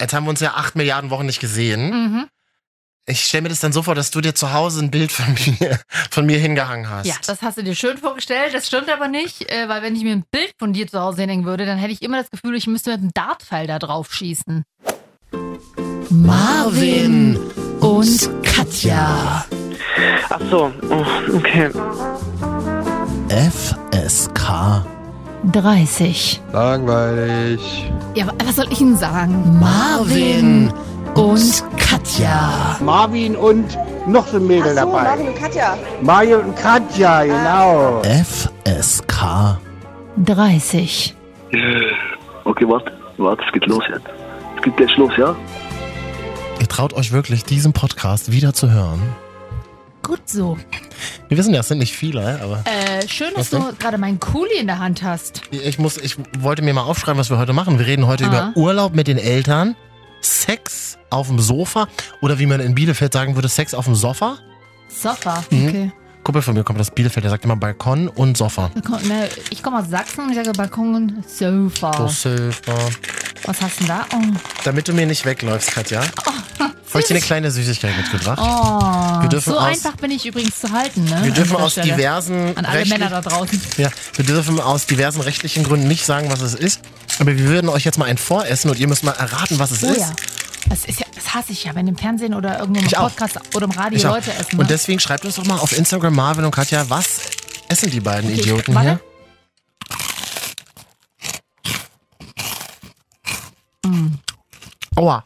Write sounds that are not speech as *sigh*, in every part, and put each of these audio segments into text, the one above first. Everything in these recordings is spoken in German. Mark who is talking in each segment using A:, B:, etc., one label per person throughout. A: Jetzt haben wir uns ja acht Milliarden Wochen nicht gesehen.
B: Mhm.
A: Ich stelle mir das dann so vor, dass du dir zu Hause ein Bild von mir, von mir hingehangen hast.
B: Ja, das hast du dir schön vorgestellt. Das stimmt aber nicht, äh, weil wenn ich mir ein Bild von dir zu Hause hinhängen würde, dann hätte ich immer das Gefühl, ich müsste mit einem Dartpfeil da drauf schießen.
A: Marvin
B: und Katja.
C: Ach so, oh, okay.
A: FSK.
B: 30.
D: Langweilig.
B: Ja, wa- was soll ich Ihnen sagen?
A: Marvin
B: und Katja.
E: Marvin und noch so ein Mädel
F: Ach so,
E: dabei.
F: Marvin Ah. und Katja.
E: Mario und Katja, genau.
A: FSK.
B: 30.
G: Okay, warte, warte, es geht los jetzt. Es geht gleich los, ja?
A: Ihr traut euch wirklich, diesen Podcast wieder zu hören?
B: Gut so.
A: Wir wissen ja, es sind nicht viele, aber
B: Äh, schön,
A: Was
B: dass
A: denn?
B: du gerade meinen Kuli in der Hand hast.
A: ich, muss, ich wollte mir mal aufschreiben, was wir heute machen. Wir reden heute
B: Ah.
A: über Urlaub mit den Eltern, Sex auf dem Sofa oder wie man in Bielefeld sagen würde, Sex auf dem Sofa.
B: Sofa.
A: Mhm.
B: Okay.
A: Kumpel von mir kommt aus Bielefeld, der sagt immer Balkon und Sofa.
B: Da kommt, ne, Ich komme aus Sachsen und ich sage Balkon und Sofa.
A: Das hilft mir.
B: Was hast du denn da? Oh.
A: Damit du mir nicht wegläufst, Katja, habe ich dir eine kleine Süßigkeit mitgebracht.
B: Oh,
A: Wir dürfen
B: so
A: aus-
B: einfach bin ich übrigens zu halten. Ne?
A: Wir
B: An
A: dürfen
B: dieser
A: aus
B: Stelle.
A: diversen
B: An alle
A: rechtlichen-
B: Männer da draußen.
A: Ja, wir dürfen aus diversen rechtlichen Gründen nicht sagen, was es ist. Aber wir würden euch jetzt mal ein Voressen und ihr müsst mal erraten, was es
B: Oh
A: ist.
B: ja. Das, ist ja, das hasse ich ja, wenn im Fernsehen oder irgendwo im
A: Ich auch.
B: Podcast oder im Radio
A: Ich auch.
B: Leute essen.
A: Und
B: ne?
A: deswegen schreibt uns doch mal auf Instagram Marvin und Katja, was essen die beiden
B: Okay,
A: Idioten
B: warte.
A: hier?
B: Mm.
A: Aua.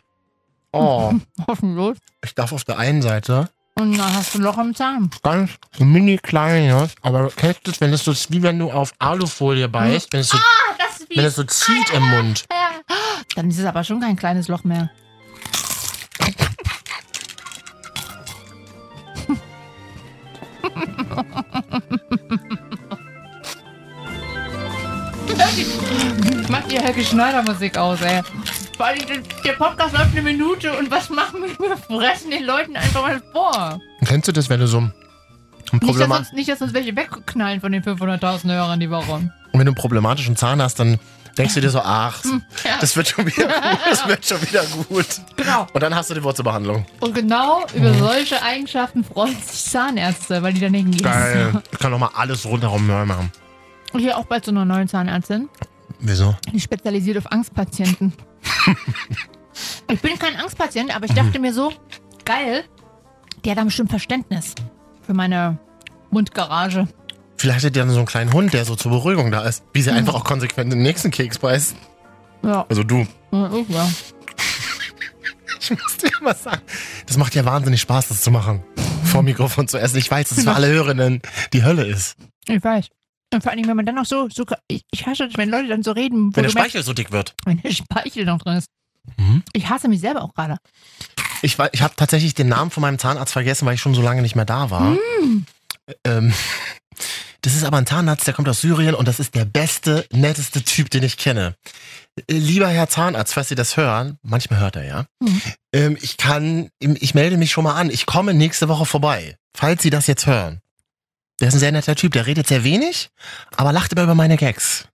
A: Oh,
B: Hoffentlich.
A: ich darf auf der einen Seite
B: Und dann hast du ein Loch im Zahn.
A: ganz mini kleines, aber kennst du es, wenn es so ist, wie wenn du auf Alufolie beißt, wenn es so,
B: Ah, Das
A: wenn es so zieht im Mund.
B: Dann ist es aber schon kein kleines Loch *laughs* mehr. Macht ihr Helge Schneider Musik aus, ey. Vor allem, der- der Podcast läuft eine Minute und was machen wir? Wir fressen den Leuten einfach mal vor.
A: Kennst du das, wenn du so ein
B: Nicht dass,
A: Problema
B: uns, nicht, dass uns welche wegknallen von den 500.000 Hörern die Woche.
A: wenn du einen problematischen Zahn hast, dann denkst du dir so, ach,
B: Hm, ja.
A: das wird schon wieder gut, das wird schon wieder gut.
B: Genau.
A: Und dann hast du die Wurzelbehandlung.
B: Und genau
A: Mhm.
B: über solche Eigenschaften freuen sich Zahnärzte, weil die dann denken, yes.
A: Geil. Ich kann nochmal alles rundherum neu machen.
B: Und hier auch bald so einer neuen Zahnärztin,
A: Wieso?
B: die spezialisiert auf
A: *laughs*
B: Angstpatienten. ich bin kein Angstpatient, aber ich dachte mir so, geil, die hat da bestimmt Verständnis für meine Mundgarage.
A: Vielleicht hat die dann so einen kleinen Hund, der so zur Beruhigung da ist.
B: Hm.
A: Wie sie einfach auch konsequent den nächsten Keks beißt.
B: Ja,
A: Also du.
B: ja, ich ja.
A: Ich muss *laughs* dir mal sagen. Das macht ja wahnsinnig Spaß, das zu machen. Vor dem Mikrofon zu essen. Ich weiß, dass es
B: Genau.
A: für alle Hörerinnen die Hölle ist.
B: Ich weiß. Und vor allen Dingen, wenn man dann noch so, so ich, ich hasse das, wenn Leute dann so reden, wo
A: Wenn der
B: du merkst,
A: Speichel so dick wird.
B: wenn der Speichel noch drin ist.
A: Mhm.
B: Ich hasse mich selber auch gerade.
A: Ich, wei- ich habe tatsächlich den Namen von meinem Zahnarzt vergessen, weil ich schon so lange nicht mehr da war.
B: Hm.
A: Ähm, das ist aber ein Zahnarzt, der kommt aus Syrien und das ist der beste, netteste Typ, den ich kenne. Äh, Lieber Herr Zahnarzt, falls Sie das hören, manchmal hört er ja.
B: Mhm.
A: Ähm, ich kann, ich melde mich schon mal an. Ich komme nächste Woche vorbei, falls Sie das jetzt hören. Der ist ein sehr netter Typ, der redet sehr wenig, aber lacht immer über meine Gags.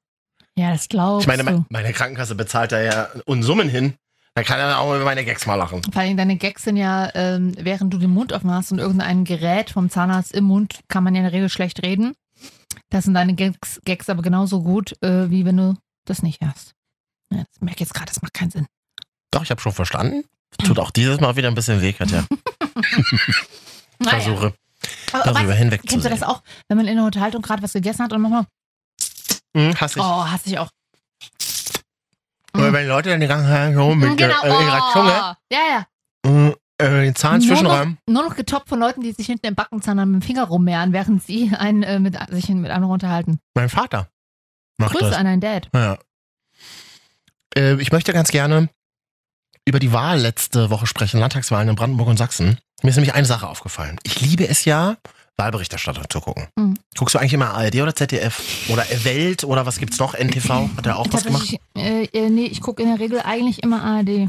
B: Ja, das glaubst
A: Ich meine,
B: du.
A: mein- meine Krankenkasse bezahlt da ja Unsummen hin. Da kann er auch über meine Gags mal lachen.
B: Vor allem deine Gags sind ja, ähm, während du den Mund offen hast und irgendein Gerät vom Zahnarzt im Mund, kann man ja in der Regel schlecht reden. Das sind deine Gags, Gags aber genauso gut, äh, wie wenn du das nicht hast. Ja, das merke ich jetzt gerade, das macht keinen Sinn.
A: Doch, ich habe schon verstanden. Tut auch dieses Mal wieder ein bisschen weh, Katja.
B: *laughs*
A: Versuche,
B: aber,
A: darüber
B: weißt,
A: hinweg zu
B: Äh, kennst du das
A: sehen.
B: auch, wenn man in der Unterhaltung gerade was gegessen hat und manchmal,
A: Hm, hasse ich.
B: oh, hasse ich auch.
A: Oder wenn Leute dann die ganze Zeit so mit der- äh, ihrer Zunge
B: Genau, oh. Ja, ja.
A: mh, äh, den Zahn
B: Oh. Nur noch,
A: zwischenräumen.
B: nur noch getoppt von Leuten, die sich hinten im Backenzahn mit dem Finger rummehren, während sie einen, äh, mit, sich mit anderen unterhalten.
A: Mein Vater macht
B: Grüße
A: das.
B: an deinen Dad.
A: Ja. Äh, ich möchte ganz gerne über die Wahl letzte Woche sprechen, Landtagswahlen in Brandenburg und Sachsen. Mir ist nämlich eine Sache aufgefallen. Ich liebe es ja, Wahlberichterstatter zu gucken.
B: Mhm.
A: Guckst du eigentlich immer ARD oder ZDF oder Welt oder was gibt's noch?
B: *laughs*
A: NTV hat er auch was gemacht?
B: Tatsächlich, äh, äh, nee, ich gucke in der Regel eigentlich immer ARD.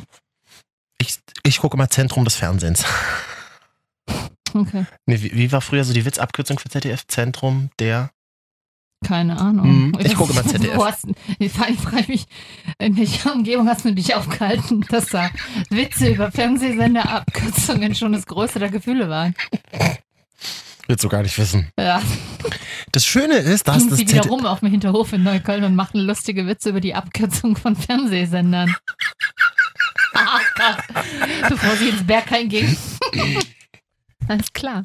A: Ich, ich gucke immer Zentrum des Fernsehens. *laughs*
B: Okay.
A: Nee, wie, wie war früher so die Witzabkürzung für ZDF? Zentrum der
B: Keine Ahnung.
A: Mhm, ich gucke mal ZDF.
B: *laughs* Wo hast, ich frage mich, in welcher Umgebung hast du dich aufgehalten, *laughs* dass da Witze über Fernsehsender, Abkürzungen schon das Größte der Gefühle waren?
A: Willst du gar nicht wissen.
B: Ja,
A: Das Schöne ist, dass
B: gingen
A: das
B: sie wieder rum auf dem Hinterhof in Neukölln und machten lustige Witze über die Abkürzung von Fernsehsendern. *laughs* Ah, krass. Bevor sie ins Berg gehen.
A: *laughs*
B: Alles klar.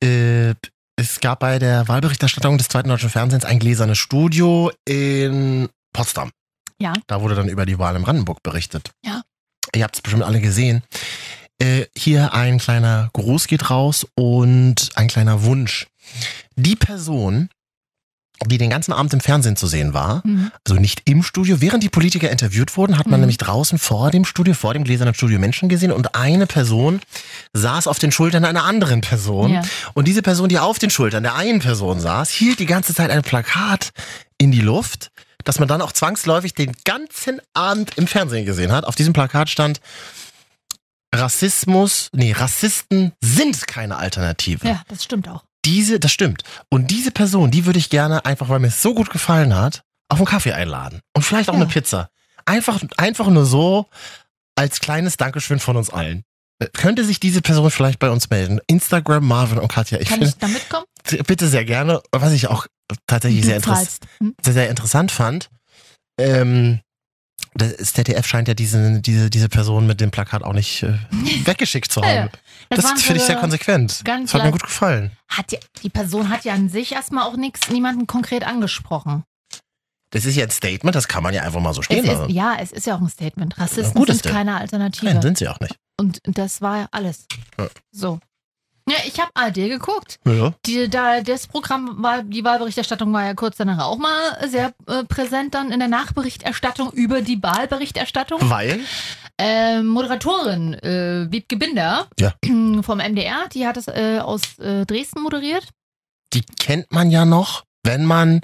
A: äh, es gab bei der Wahlberichterstattung des Zweiten Deutschen Fernsehens ein gläsernes Studio in Potsdam.
B: Ja.
A: Da wurde dann über die Wahl in Brandenburg berichtet.
B: Ja.
A: Ihr habt es bestimmt alle gesehen. Äh, hier ein kleiner Gruß geht raus und ein kleiner Wunsch. Die Person, die den ganzen Abend im Fernsehen zu sehen war,
B: Mhm.
A: also nicht im Studio. Während die Politiker interviewt wurden, hat man
B: Mhm.
A: nämlich draußen vor dem Studio, vor dem gläsernen Studio Menschen gesehen und eine Person saß auf den Schultern einer anderen Person.
B: Ja.
A: Und diese Person, die auf den Schultern der einen Person saß, hielt die ganze Zeit ein Plakat in die Luft, dass man dann auch zwangsläufig den ganzen Abend im Fernsehen gesehen hat. Auf diesem Plakat stand Rassismus, nee, Rassisten sind keine Alternative
B: ja, das stimmt auch.
A: diese, das stimmt. Und diese Person, die würde ich gerne, einfach weil mir es so gut gefallen hat, auf einen Kaffee einladen. Und vielleicht auch
B: Ja.
A: eine Pizza. Einfach, einfach nur so als kleines Dankeschön von uns allen. Äh, Könnte sich diese Person vielleicht bei uns melden? Instagram, Marvin und Katja. Ich
B: Kann
A: finde,
B: ich da mitkommen?
A: bitte sehr gerne, was ich auch tatsächlich sehr,
B: Du
A: interess
B: zahlst. Hm?
A: sehr, sehr interessant fand. Ähm, das ZDF scheint ja diese, diese, diese Person mit dem Plakat auch nicht
B: *laughs*
A: äh, weggeschickt zu
B: Ja, ja.
A: haben. Das,
B: waren
A: finde ich
B: so-
A: sehr konsequent.
B: ganz
A: Das hat mir
B: leicht-
A: gut gefallen.
B: Hat die, die Person hat ja an sich erstmal auch nichts, niemanden konkret angesprochen.
A: Das ist ja ein Statement, das kann man ja einfach mal so stehen
B: Es ist,
A: lassen.
B: ja, es ist ja auch ein Statement.
A: Ein
B: Rassisten
A: gutes
B: sind
A: Statement.
B: keine
A: Nein,
B: Alternative.
A: sind sie auch nicht.
B: Und das war alles.
A: Ja.
B: So. Ja, ich habe ARD geguckt.
A: Ja.
B: Die, da, das Programm, war, die Wahlberichterstattung war ja kurz danach auch mal sehr äh, präsent dann in der Nachberichterstattung über die Wahlberichterstattung.
A: Weil?
B: Ähm, Moderatorin äh, Wiebke Binder
A: Ja.
B: *clears throat* vom MDR, die hat es äh, aus äh, Dresden moderiert.
A: Die kennt man ja noch, wenn man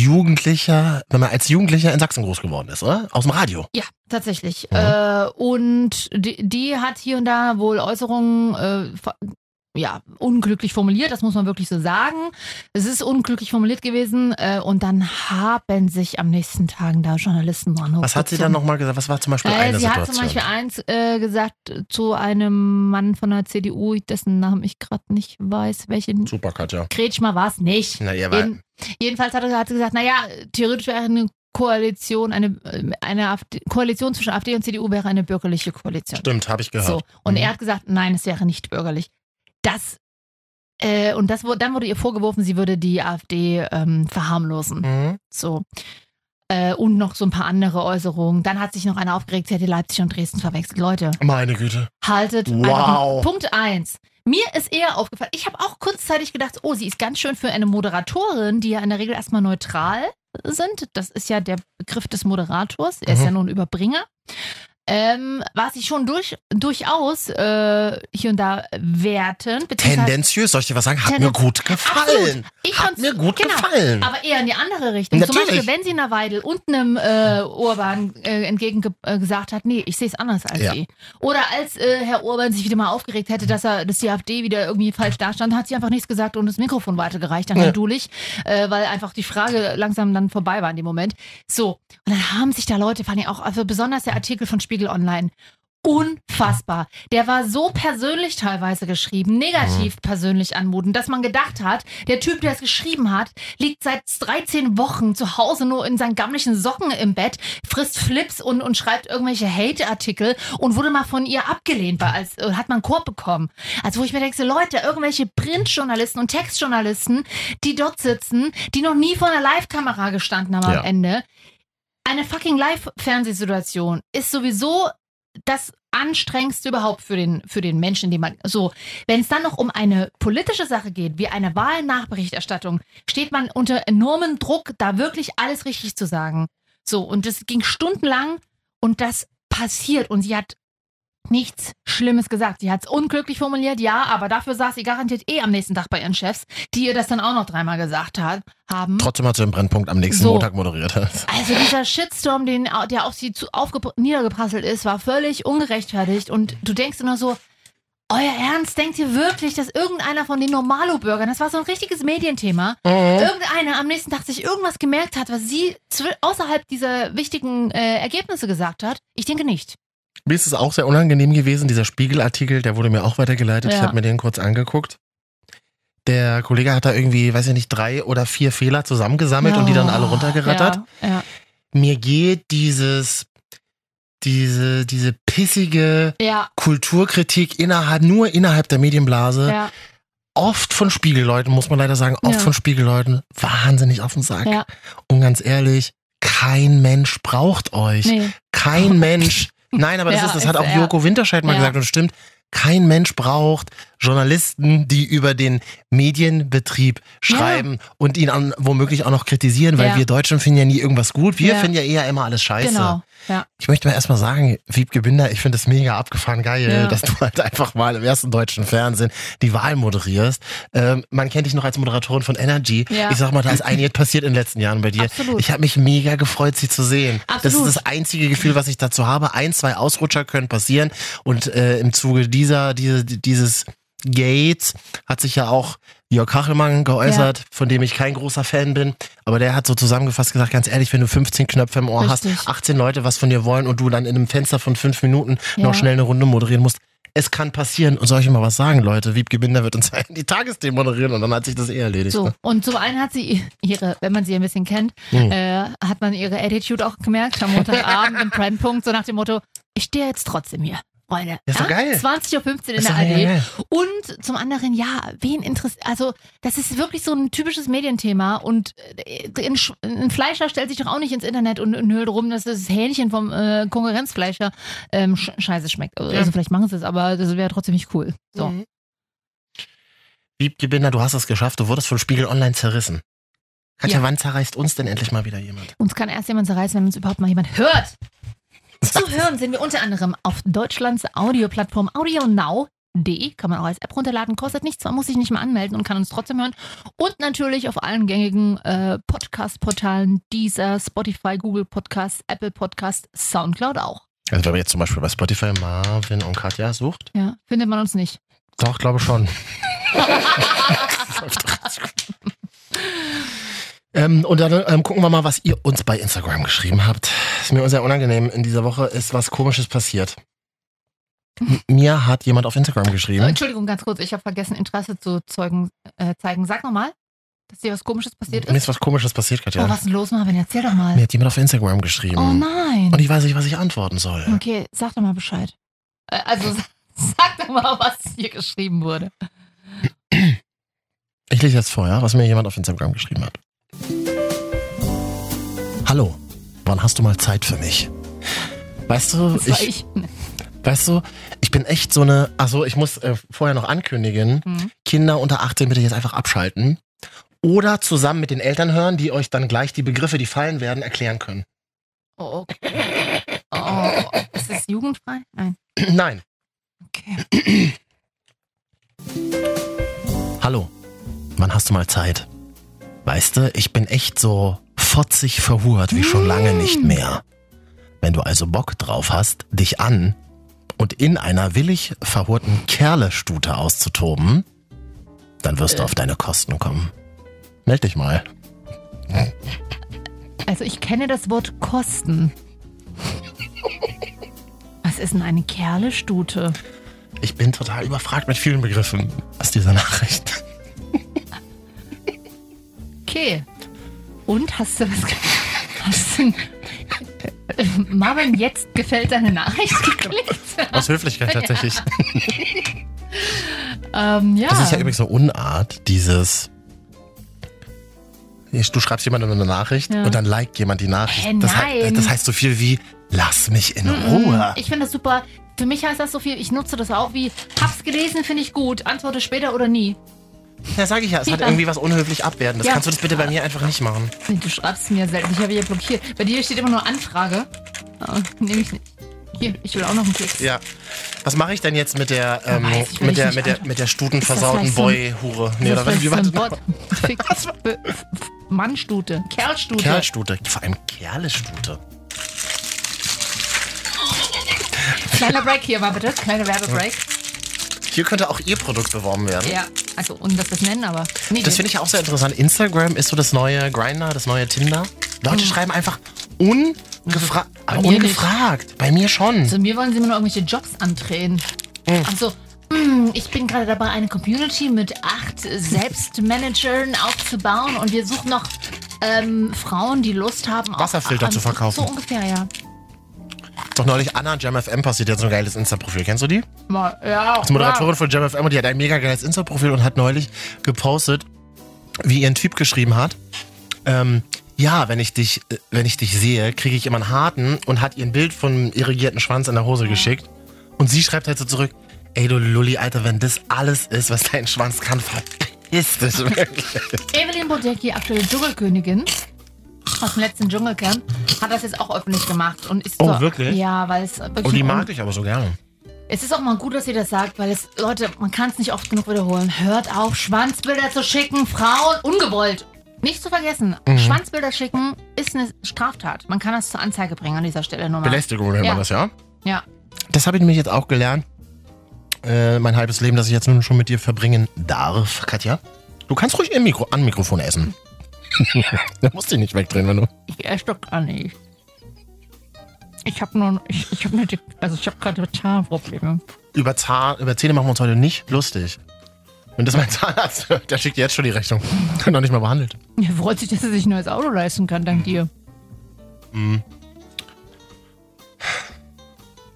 A: Jugendlicher, wenn man als Jugendlicher in Sachsen groß geworden ist, oder? Aus dem Radio.
B: Ja, tatsächlich.
A: Mhm.
B: Äh, und die, die hat hier und da wohl Äußerungen äh, ver- ja, unglücklich formuliert, das muss man wirklich so sagen. Es ist unglücklich formuliert gewesen äh, und dann haben sich am nächsten Tagen da Journalisten dran
A: Was hat sie dann nochmal gesagt? Was war zum Beispiel
B: Oh, Äh,
A: eine
B: sie hat
A: Situation?
B: zum Beispiel eins äh, gesagt äh, zu einem Mann von der CDU, dessen Namen ich gerade nicht weiß, welchen
A: Super, Katja.
B: Kretschmer war es nicht.
A: Na, ihr war,
B: Jeden, jedenfalls hat er, hat sie gesagt, naja, theoretisch wäre eine Koalition, eine, äh, eine AfD, Koalition zwischen AfD und CDU wäre eine bürgerliche Koalition.
A: stimmt, habe ich gehört.
B: So. Und
A: Mhm.
B: er hat gesagt, nein, es wäre nicht bürgerlich. Das, äh, und das, wurde- dann wurde ihr vorgeworfen, sie würde die AfD ähm, verharmlosen.
A: Mhm.
B: So. Äh, und noch so ein paar andere Äußerungen. Dann hat sich noch einer aufgeregt, sie hätte Leipzig und Dresden verwechselt. Leute,
A: Meine Güte.
B: haltet.
A: Wow.
B: einfach- Punkt eins. Mir ist eher aufgefallen, ich habe auch kurzzeitig gedacht, oh, sie ist ganz schön für eine Moderatorin, die ja in der Regel erstmal neutral sind. Das ist ja der Begriff des Moderators. Er ist
A: Mhm.
B: ja nun Überbringer. Ähm, war sie schon durch, durchaus äh, hier und da wertend. beziehungsweise-
A: Tendenziös, soll ich dir was sagen? Hat
B: Tendenz-
A: mir gut gefallen.
B: Ich
A: Hat
B: fand's-
A: mir gut
B: genau.
A: gefallen.
B: Aber eher in die andere Richtung. Zum
A: Natürlich.
B: Beispiel, wenn sie einer Weidel und einem äh, Urban äh, entgegengesagt äh, gesagt hat, nee, ich sehe es anders als
A: Ja.
B: sie. Oder als äh, Herr Urban sich wieder mal aufgeregt hätte, dass er, dass die AfD wieder irgendwie falsch dastand, hat sie einfach nichts gesagt und das Mikrofon halt weitergereicht an
A: Ja.
B: Herrn Dulich, äh, weil einfach die Frage langsam dann vorbei war in dem Moment. So, und dann haben sich da Leute, fand ich auch, also besonders der Artikel von Spiegel Online, unfassbar. Der war so persönlich teilweise geschrieben, negativ persönlich anmutend, dass man gedacht hat, der Typ, der es geschrieben hat, liegt seit 13 Wochen zu Hause nur in seinen gammlichen Socken im Bett, frisst Flips und, und schreibt irgendwelche Hate-Artikel und wurde mal von ihr abgelehnt, weil als, äh, hat man einen Korb bekommen. Also wo ich mir denke, so Leute, irgendwelche Printjournalisten und Textjournalisten, die dort sitzen, die noch nie vor einer Live-Kamera gestanden haben
A: Ja.
B: am Ende. Eine fucking Live-Fernsehsituation ist sowieso das anstrengendste überhaupt für den, für den Menschen, den man. So, wenn es dann noch um eine politische Sache geht, wie eine Wahlnachberichterstattung, steht man unter enormen Druck, da wirklich alles richtig zu sagen. So, und das ging stundenlang und das passiert und sie hat nichts Schlimmes gesagt. Sie hat es unglücklich formuliert, ja, aber dafür saß sie garantiert eh am nächsten Tag bei ihren Chefs, die ihr das dann auch noch dreimal gesagt hat, haben.
A: Trotzdem hat sie den Brennpunkt am nächsten
B: So.
A: Montag moderiert.
B: Also dieser Shitstorm, den, der auf sie zu, aufgepr- niedergeprasselt ist, war völlig ungerechtfertigt. Und du denkst immer so, Euer Ernst, denkt ihr wirklich, dass irgendeiner von den Normalo-Bürgern, das war so ein richtiges Medienthema,
A: Mhm.
B: irgendeiner am nächsten Tag sich irgendwas gemerkt hat, was sie zw- außerhalb dieser wichtigen äh, Ergebnisse gesagt hat? Ich denke nicht.
A: Mir ist es auch sehr unangenehm gewesen, dieser Spiegelartikel, der wurde mir auch weitergeleitet. Ich
B: Ja.
A: habe mir den kurz angeguckt. Der Kollege hat da irgendwie, weiß ich nicht, drei oder vier Fehler zusammengesammelt und die dann alle
B: Oh,
A: runtergerattert.
B: Ja, ja.
A: Mir geht dieses, diese, diese pissige
B: Ja,
A: Kulturkritik innerhalb, nur innerhalb der Medienblase,
B: ja,
A: oft von Spiegelleuten, muss man leider sagen, oft
B: Ja.
A: von Spiegelleuten, wahnsinnig auf den Sack.
B: ja.
A: Und ganz ehrlich, kein Mensch braucht euch
B: Nee. *laughs*
A: kein Mensch, nein, aber das
B: Ja,
A: ist, das
B: ist
A: hat auch
B: er.
A: Joko Winterscheid mal
B: Ja.
A: gesagt und stimmt, kein Mensch braucht Journalisten, die über den Medienbetrieb schreiben und ihn an, womöglich auch noch kritisieren, weil
B: Ja.
A: wir Deutschen finden ja nie irgendwas gut, wir
B: Ja.
A: finden ja eher immer alles scheiße.
B: Genau. Ja.
A: Ich möchte mal erstmal sagen, Wiebke Binder, ich finde es mega abgefahren geil,
B: Ja.
A: dass du halt einfach mal im ersten deutschen Fernsehen die Wahl moderierst. Ähm, man kennt dich noch als Moderatorin von Energy.
B: Ja.
A: Ich sag mal, da ist einiges passiert in den letzten Jahren bei dir.
B: Absolut.
A: Ich habe mich mega gefreut, sie zu sehen. Das ist
B: Absolut.
A: das einzige Gefühl, was ich dazu habe. Ein, zwei Ausrutscher können passieren. Und äh, im Zuge dieser, diese, dieses Gates hat sich ja auch Jörg Kachelmann geäußert, von dem ich kein großer Fan bin. Aber der hat so zusammengefasst gesagt, ganz ehrlich, wenn du 15 Knöpfe im Ohr hast,
B: Richtig.
A: 18 Leute was von dir wollen und du dann in einem Fenster von fünf Minuten
B: Ja.
A: noch schnell eine Runde moderieren musst. Es kann passieren. Und soll ich mal was sagen, Leute? Wiebke Binder wird uns *laughs* die Tagesthemen moderieren und dann hat sich das eh erledigt.
B: So,
A: ne?
B: und zum einen hat sie ihre, wenn man sie ein bisschen kennt,
A: Mhm.
B: äh, hat man ihre Attitude auch gemerkt am Montagabend im Brennpunkt, so nach dem Motto, ich stehe jetzt trotzdem hier, Freunde.
A: Ist doch geil.
B: 20.15 Uhr in
A: Ist
B: der
A: doch mega
B: AD.
A: geil.
B: Und zum anderen, ja, wen interessiert, also das ist wirklich so ein typisches Medienthema und äh, ein, Sch- ein Fleischer stellt sich doch auch nicht ins Internet und, und hüllt rum, dass das Hähnchen vom äh, Konkurrenzfleischer ähm, sch scheiße schmeckt. Also,
A: Ja.
B: also vielleicht machen sie es, aber das wäre trotzdem nicht cool. So.
A: Mhm. Wiebke Binder, du hast es geschafft. Du wurdest von Spiegel Online zerrissen. Katja,
B: Ja.
A: wann zerreißt uns denn endlich mal wieder jemand?
B: Uns kann erst jemand zerreißen, wenn uns überhaupt mal jemand
A: *laughs*
B: hört. Zu hören sind wir unter anderem auf Deutschlands Audioplattform audionow.de. Kann man auch als App runterladen, kostet nichts, man muss sich nicht mal anmelden und kann uns trotzdem hören. Und natürlich auf allen gängigen äh, Podcast-Portalen, dieser Spotify, Google Podcast, Apple Podcast, Soundcloud auch.
A: Also wenn man jetzt zum Beispiel bei Spotify Marvin und Katja sucht?
B: Ja, findet man
A: *laughs*
B: uns nicht.
A: Doch, glaube schon. ähm, und dann ähm, gucken wir mal, was ihr uns bei Instagram geschrieben habt. Ist mir sehr unangenehm. In dieser Woche ist was Komisches passiert. M- Mir hat jemand auf Instagram
B: Äh,
A: geschrieben.
B: Entschuldigung, ganz kurz, ich habe vergessen, Interesse zu zeugen, äh, zeigen. Sag nochmal, dass dir was Komisches passiert
A: Mir
B: ist.
A: ist was Komisches passiert,
B: Oh,
A: Katja.
B: was ist denn los, Marvin? Erzähl doch mal.
A: Mir hat jemand auf Instagram geschrieben.
B: Oh nein. Hm.
A: Und ich weiß nicht, was ich antworten soll.
B: Okay, sag doch mal Bescheid. Äh, Also sa- *laughs* sag doch mal, was hier geschrieben wurde.
A: Ich lese jetzt vor, ja, was mir jemand auf Instagram geschrieben hat. Hallo, wann hast du mal Zeit für mich? Weißt du,
B: Das war
A: Also ich,
B: ich.
A: weißt du, ich bin echt so eine. Achso, ich muss äh, vorher noch ankündigen.
B: Hm.
A: Kinder unter 18 bitte jetzt einfach abschalten. Oder zusammen mit den Eltern hören, die euch dann gleich die Begriffe, die fallen werden, erklären können. *clears throat*
B: Oh, okay. Oh, ist das jugendfrei? Nein.
A: Nein.
B: Okay.
A: Hallo, wann hast du mal Zeit? Weißt du, ich bin echt so fotzig verhurt wie schon lange nicht mehr. Wenn du also Bock drauf hast, dich an und in einer willig verhurten Kerlestute auszutoben, dann wirst du auf deine Kosten kommen. Meld dich mal.
B: Also ich kenne das Wort Kosten. Was ist denn eine Kerlestute?
A: Ich bin total überfragt mit vielen Begriffen aus dieser Nachricht.
B: Okay. Und hast du was ge- hast du, äh, *laughs* Marvin, jetzt gefällt deine Nachricht geklickt.
A: Aus Höflichkeit tatsächlich.
B: ähm, ja.
A: Das ist ja übrigens so Unart, dieses. Du schreibst jemandem eine Nachricht
B: Ja.
A: und dann liked jemand die Nachricht.
B: Äh,
A: Das, hei-
B: nein.
A: das heißt so viel wie, lass mich in
B: Mhm.
A: Ruhe.
B: Ich finde das super. Für mich heißt das so viel, ich nutze das auch wie, hab's gelesen, finde ich gut, antworte später oder nie.
A: Ja, sag ich ja, es hat
B: Ja.
A: irgendwie was unhöflich Abwertendes.
B: Ja.
A: Kannst du das bitte bei mir einfach nicht machen?
B: Nee, Du schreibst mir selten, ich habe hier blockiert. Bei dir steht immer nur Anfrage. Ah, Nehme ich nicht. Hier, ich will auch noch einen Keks.
A: Ja. Was mache ich denn jetzt mit der, ähm,
B: weiß ich, will
A: mit,
B: ich
A: der,
B: nicht
A: mit, der
B: antworten.
A: mit der
B: Ist
A: stutenversauten
B: das vielleicht
A: Boy-Hure?
B: Ist
A: Nee,
B: das
A: oder was? Wie
B: vielleicht
A: war
B: so ein
A: das?
B: Bot? Fix-
A: *laughs*
B: Be- F- F- Mannstute, Kerlstute.
A: Kerlstute. Vor allem Kerlestute.
B: Kleiner Break hier mal bitte, kleiner Werbebreak.
A: Hier könnte auch ihr Produkt beworben werden.
B: Ja, also und das das nennen, aber nee,
A: Das finde ich ja auch sehr interessant. Instagram ist so das neue Grinder, das neue Tinder. Leute schreiben einfach ungefra aber
B: mir
A: ungefragt. Bei mir schon.
B: also mir wollen sie immer nur irgendwelche Jobs andrehen.
A: Äh.
B: Ach so. hm, Ich bin gerade dabei, eine Community mit acht Selbstmanagern aufzubauen und wir suchen noch ähm, Frauen, die Lust haben, auch
A: Wasserfilter
B: an-
A: zu verkaufen.
B: So ungefähr, ja.
A: Ist Doch neulich Anna JamFM passiert, die hat so ein geiles Insta-Profil. Kennst du die?
B: Mal, ja auch
A: Die Moderatorin von JamFM und die hat ein mega geiles Insta-Profil und hat neulich gepostet, wie ihr ein Typ geschrieben hat. Ähm, ja, wenn ich dich, äh, wenn ich dich sehe, kriege ich immer einen harten und hat ihr ein Bild von irrigierten Schwanz in der Hose geschickt. Und sie schreibt halt so zurück, ey du Lulli, Alter, wenn das alles ist, was dein Schwanz kann, verpiss dich wirklich.
B: Evelyn Bodecki, aktuelle Dschungelkönigin aus dem letzten Dschungelcamp, hat das jetzt auch öffentlich gemacht und ist
A: Oh,
B: so,
A: wirklich?
B: Ja, weil es wirklich
A: Und die
B: ein-
A: mag ich aber so gerne.
B: Es ist auch mal gut, dass ihr das sagt, weil es Leute, man kann es nicht oft genug wiederholen. Hört auf, Schwanzbilder zu schicken, Frauen ungewollt. Nicht zu vergessen,
A: Mhm.
B: Schwanzbilder schicken ist eine Straftat. Man kann das zur Anzeige bringen an dieser Stelle nur mal.
A: Belästigung nennt
B: Ja.
A: man das, ja?
B: Ja.
A: Das habe ich nämlich jetzt auch gelernt. Äh, mein halbes Leben, das ich jetzt nun schon mit dir verbringen darf, Katja. Du kannst ruhig im Mikro, an Mikrofon essen. da musst dich nicht wegdrehen, wenn du.
B: Ich esse doch gar nicht. Ich habe nur, ich, ich habe eine, Dick- also ich habe gerade Zahnprobleme.
A: Über, Zahn, über Zähne machen wir uns heute nicht lustig. Wenn das mein Zahnarzt hört, der schickt dir jetzt schon die Rechnung. Noch nicht mal behandelt.
B: Er freut sich, dass er sich ein neues Auto leisten kann,
A: Mhm.
B: dank dir.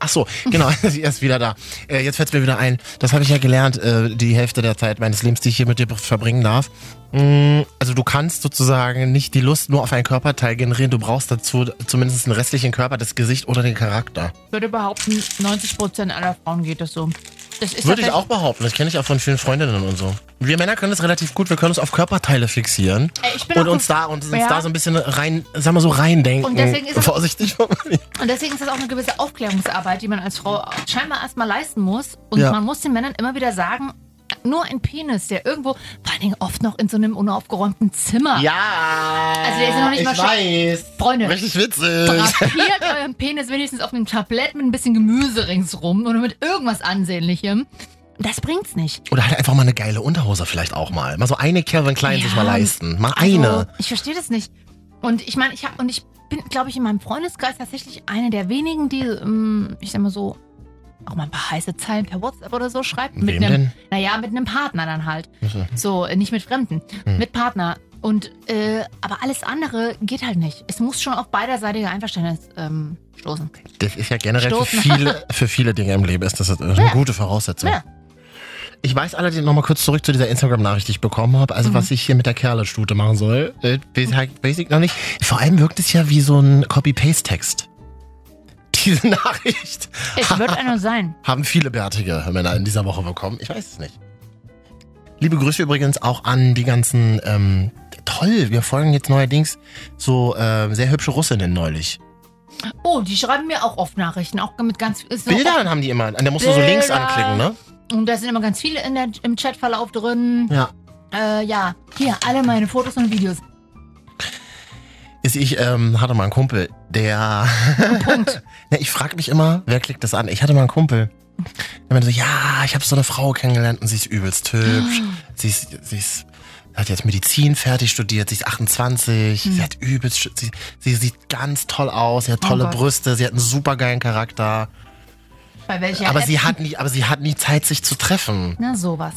A: Ach so, genau, *laughs* sie ist wieder da. Äh, jetzt fällt es mir wieder ein. Das habe ich ja gelernt, äh, die Hälfte der Zeit meines Lebens, die ich hier mit dir verbringen darf. Mm, also du kannst sozusagen nicht die Lust nur auf einen Körperteil generieren. Du brauchst dazu zumindest einen restlichen Körper, das Gesicht oder den Charakter.
B: Ich würde behaupten, 90% aller Frauen geht das so. Das ist
A: Würde ich
B: tatsächlich-
A: auch behaupten. Das kenne ich auch von vielen Freundinnen und so. Wir Männer können das relativ gut. Wir können uns auf Körperteile fixieren.
B: Äh, ich bin
A: Und
B: auch-
A: uns da, und uns
B: Ja.
A: da so ein bisschen rein, sagen wir so, reindenken.
B: Und deswegen ist es-
A: Vorsichtig formuliert.
B: Und deswegen ist das auch eine gewisse Aufklärungsarbeit, die man als Frau scheinbar erstmal leisten muss. Und
A: Ja.
B: man muss den Männern immer wieder sagen, nur ein Penis, der irgendwo, vor allen Dingen oft noch in so einem unaufgeräumten Zimmer.
A: Ja.
B: Also der ist ja noch nicht
A: ich
B: mal schon-
A: weiß.
B: Freunde.
A: Richtig witzig.
B: Drapiert euren Penis wenigstens auf einem Tablett mit ein bisschen Gemüse ringsrum oder mit irgendwas Ansehnlichem. Das bringt's nicht.
A: Oder halt einfach mal eine geile Unterhose vielleicht auch mal. Mal so eine Calvin Klein
B: Ja.
A: sich mal leisten. Mal
B: Also,
A: eine.
B: ich verstehe das nicht. Und ich meine, ich habe und ich bin, glaube ich, in meinem Freundeskreis tatsächlich eine der wenigen, die, ähm, ich sag mal so, auch mal ein paar heiße Zeilen per WhatsApp oder so schreibt. Mit
A: Wem
B: einem,
A: denn?
B: naja, mit einem Partner dann halt.
A: Also.
B: So, äh, nicht mit Fremden,
A: Hm.
B: mit Partner. Und äh, aber alles andere geht halt nicht. Es muss schon auf beiderseitige Einverständnis ähm, stoßen.
A: Das ist ja generell für
B: Stoßen.
A: viele, für viele Dinge im Leben ist das eine gute Voraussetzung.
B: Ja.
A: Ich weiß allerdings nochmal kurz zurück zu dieser Instagram-Nachricht, die ich bekommen habe. Also,
B: Mhm.
A: was ich hier mit der Kerlestute machen soll, äh, weiß ich- weiß ich noch nicht. Vor allem wirkt es ja wie so ein Copy-Paste-Text. Diese *laughs* Nachricht *laughs*
B: Es wird einer sein.
A: haben viele bärtige Männer in dieser Woche bekommen. Ich weiß es nicht. Liebe Grüße übrigens auch an die ganzen, ähm, toll, wir folgen jetzt neuerdings so äh, sehr hübsche Russinnen neulich.
B: Oh, die schreiben mir auch oft Nachrichten, auch mit ganz ist noch-
A: Bildern haben die immer, an der musst du so
B: Bilder.
A: links anklicken, ne?
B: Und da sind immer ganz viele in der, im Chatverlauf drin.
A: Ja.
B: Äh, ja, hier, alle meine Fotos und Videos.
A: Ist ich ähm, hatte mal einen Kumpel, der. *laughs* Na, ich frage mich immer, wer klickt das an? Ich hatte mal einen Kumpel. Der meinte so, ja, ich habe so eine Frau kennengelernt und sie ist übelst hübsch.
B: Ah.
A: sie ist, sie ist, hat jetzt Medizin fertig studiert, sie ist 28, sie hat übelst, sch- sie, sie sieht ganz toll aus, sie hat
B: Mhm. Oh
A: tolle
B: Gott.
A: Brüste, sie hat einen super geilen Charakter.
B: Bei welcher
A: aber
B: App?
A: sie hat nie, aber sie hat nie Zeit, sich zu treffen.
B: Na, sowas.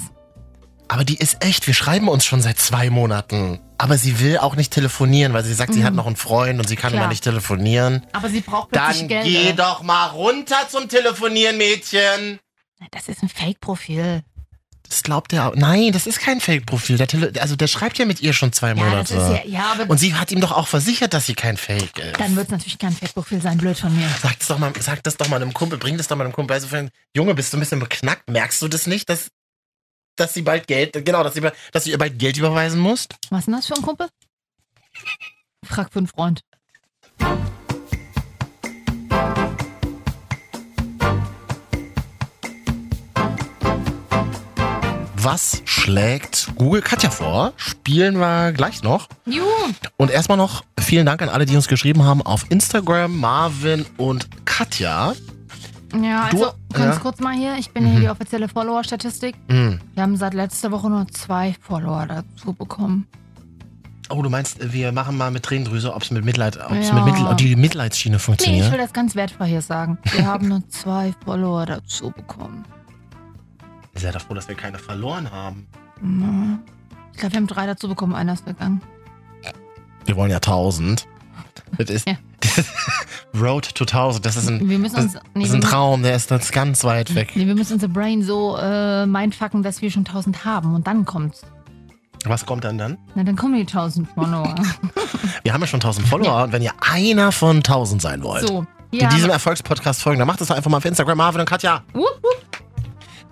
A: Aber die ist echt, wir schreiben uns schon seit zwei Monaten. Aber sie will auch nicht telefonieren, weil sie sagt, sie hat noch einen Freund und sie kann
B: Mhm. Klar.
A: immer nicht telefonieren.
B: Aber sie braucht plötzlich
A: Dann
B: Geld.
A: geh
B: ey.
A: doch mal runter zum Telefonieren, Mädchen.
B: Das ist ein Fake-Profil.
A: Das glaubt er auch. Nein, das ist kein Fake-Profil. Der Tele also der schreibt ja mit ihr schon zwei
B: Ja, das
A: Monate.
B: ist ja, ja aber
A: Und sie hat ihm doch auch versichert, dass sie kein Fake ist.
B: dann wird es natürlich kein Fake-Profil sein, blöd von mir.
A: Sag das, doch mal, sag das doch mal einem Kumpel, bring das doch mal einem Kumpel. Also, wenn- Junge, bist du ein bisschen beknackt? Merkst du das nicht, dass, dass sie bald Geld, genau, dass, sie, bald- dass du ihr bald Geld überweisen musst?
B: Was ist denn das für ein Kumpel? Frag für einen Freund.
A: Was schlägt Google Katja vor? Spielen wir gleich noch.
B: Juhu!
A: Und erstmal noch vielen Dank an alle, die uns geschrieben haben auf Instagram, Marvin und Katja.
B: Ja,
A: Du-
B: also ganz
A: ja.
B: kurz mal hier. Ich bin hier
A: Mhm.
B: die offizielle Follower-Statistik.
A: Mhm.
B: Wir haben seit letzter Woche nur zwei Follower dazu bekommen.
A: Oh, du meinst, äh, wir machen mal mit Tränendrüse, ob es mit Mitleid, ob's
B: Ja.
A: mit Mittel, ob die Mitleidsschiene
B: Nee, ich will
A: funktioniert.
B: das ganz wertfrei hier sagen. Wir
A: *laughs*
B: haben nur zwei Follower dazu bekommen.
A: Ich seid doch froh, dass wir keine verloren haben.
B: Na, Ich glaube, wir haben drei dazu bekommen, einer ist gegangen.
A: Wir wollen ja 1000. Das ist
B: Ja.
A: *laughs* Road to 1000. Das ist ein,
B: Wir müssen uns.
A: Mhm.
B: nee,
A: das ist
B: wir
A: ein
B: müssen-
A: Traum, der ist jetzt ganz weit weg.
B: Nee, wir müssen unser Brain so äh, mindfucken, dass wir schon 1000 haben und dann kommt's.
A: Was kommt dann dann?
B: Na, dann kommen die 1000
A: *laughs*
B: Follower.
A: Wir haben ja schon 1000 Follower und wenn ihr einer von 1000 sein wollt,
B: so.
A: die
B: Ja.
A: diesem Erfolgspodcast folgen, dann macht es doch einfach mal auf Instagram, Marvin und Katja.
B: Wupp, wupp.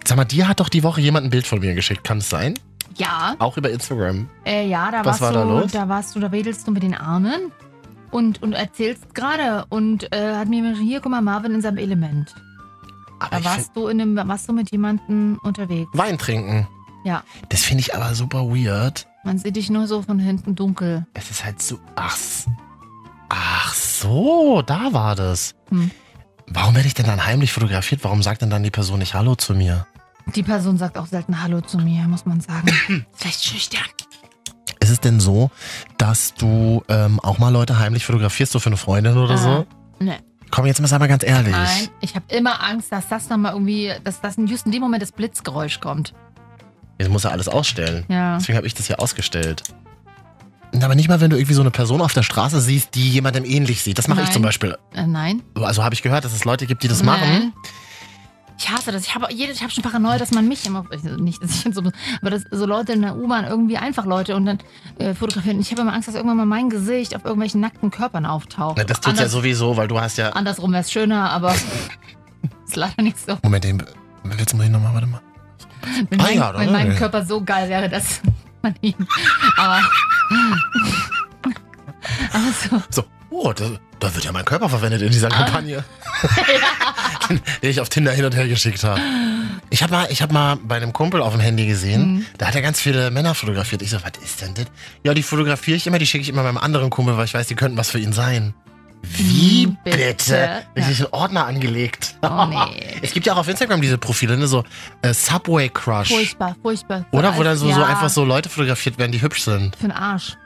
A: Sag mal, dir hat doch die Woche jemand ein Bild von mir geschickt, kann es sein?
B: Ja,
A: Auch über Instagram.
B: äh, ja, da
A: Was
B: warst
A: war da
B: du,
A: los?
B: da warst du, da wedelst du mit den Armen und, und erzählst gerade und äh, hat mir hier, guck mal, Marvin in seinem Element.
A: Aber Ah,
B: Da
A: ich find,
B: warst du in einem, warst du mit jemandem unterwegs.
A: Wein trinken.
B: Ja.
A: Das finde ich aber super weird.
B: Man sieht dich nur so von hinten dunkel.
A: Es ist halt so. Ach, s- ach so, da war das.
B: Hm.
A: Warum werde ich denn dann heimlich fotografiert? Warum sagt denn dann die Person nicht Hallo zu mir?
B: Die Person sagt auch selten Hallo zu mir, muss
A: *clears throat*
B: man sagen. Vielleicht schüchtern.
A: Ist es denn so, dass du ähm, auch mal Leute heimlich fotografierst, so für eine Freundin oder
B: Ah,
A: so?
B: nee.
A: Komm, jetzt mal ganz ehrlich.
B: Nein, ich habe immer Angst, dass das dann mal irgendwie, dass das in just in dem Moment das Blitzgeräusch kommt.
A: Jetzt muss er alles ausstellen.
B: Ja.
A: Deswegen habe ich das ja ausgestellt. Und Aber nicht mal, wenn du irgendwie so eine Person auf der Straße siehst, die jemandem ähnlich sieht. Das mache ich
B: Nein.
A: zum Beispiel.
B: Äh, nein.
A: Also habe ich gehört, dass es Leute gibt, die das machen.
B: Nein. Ich hasse das. Ich habe jede- ich hab schon Paranoia, dass man mich immer. Also nicht, dass ich in so. Aber dass so Leute in der U-Bahn irgendwie einfach Leute und dann äh, fotografieren. Ich habe immer Angst, dass irgendwann mal mein Gesicht auf irgendwelchen nackten Körpern auftaucht.
A: Na, das tut ja
B: Anders-
A: sowieso, weil du hast ja.
B: Andersrum wäre es schöner, aber. *laughs* ist leider nicht so.
A: Moment, den willst du mal hin nochmal, warte mal.
B: Wenn,
A: Ah
B: mein,
A: ja, dann-
B: wenn mein Körper so geil wäre, dass man ihn. Aber. aber so.
A: So, oh, das, da wird ja mein Körper verwendet in dieser Kampagne. Den ich auf Tinder hin und her geschickt habe. Ich habe mal, ich hab mal bei einem Kumpel auf dem Handy gesehen, da hat er ganz viele Männer fotografiert. Ich so, was ist denn das? Ja, die fotografiere ich immer, die schicke ich immer meinem anderen Kumpel, weil ich weiß, die könnten was für ihn sein. Wie
B: Wie
A: bitte?
B: bitte?
A: Richtig einen Ordner angelegt. *laughs*
B: Oh, nee.
A: Es gibt ja auch auf Instagram diese Profile, ne? so äh, Subway Crush.
B: Furchtbar, furchtbar.
A: Oder wo dann so, so
B: Ja,
A: einfach so Leute fotografiert werden, die hübsch sind.
B: Für den Arsch.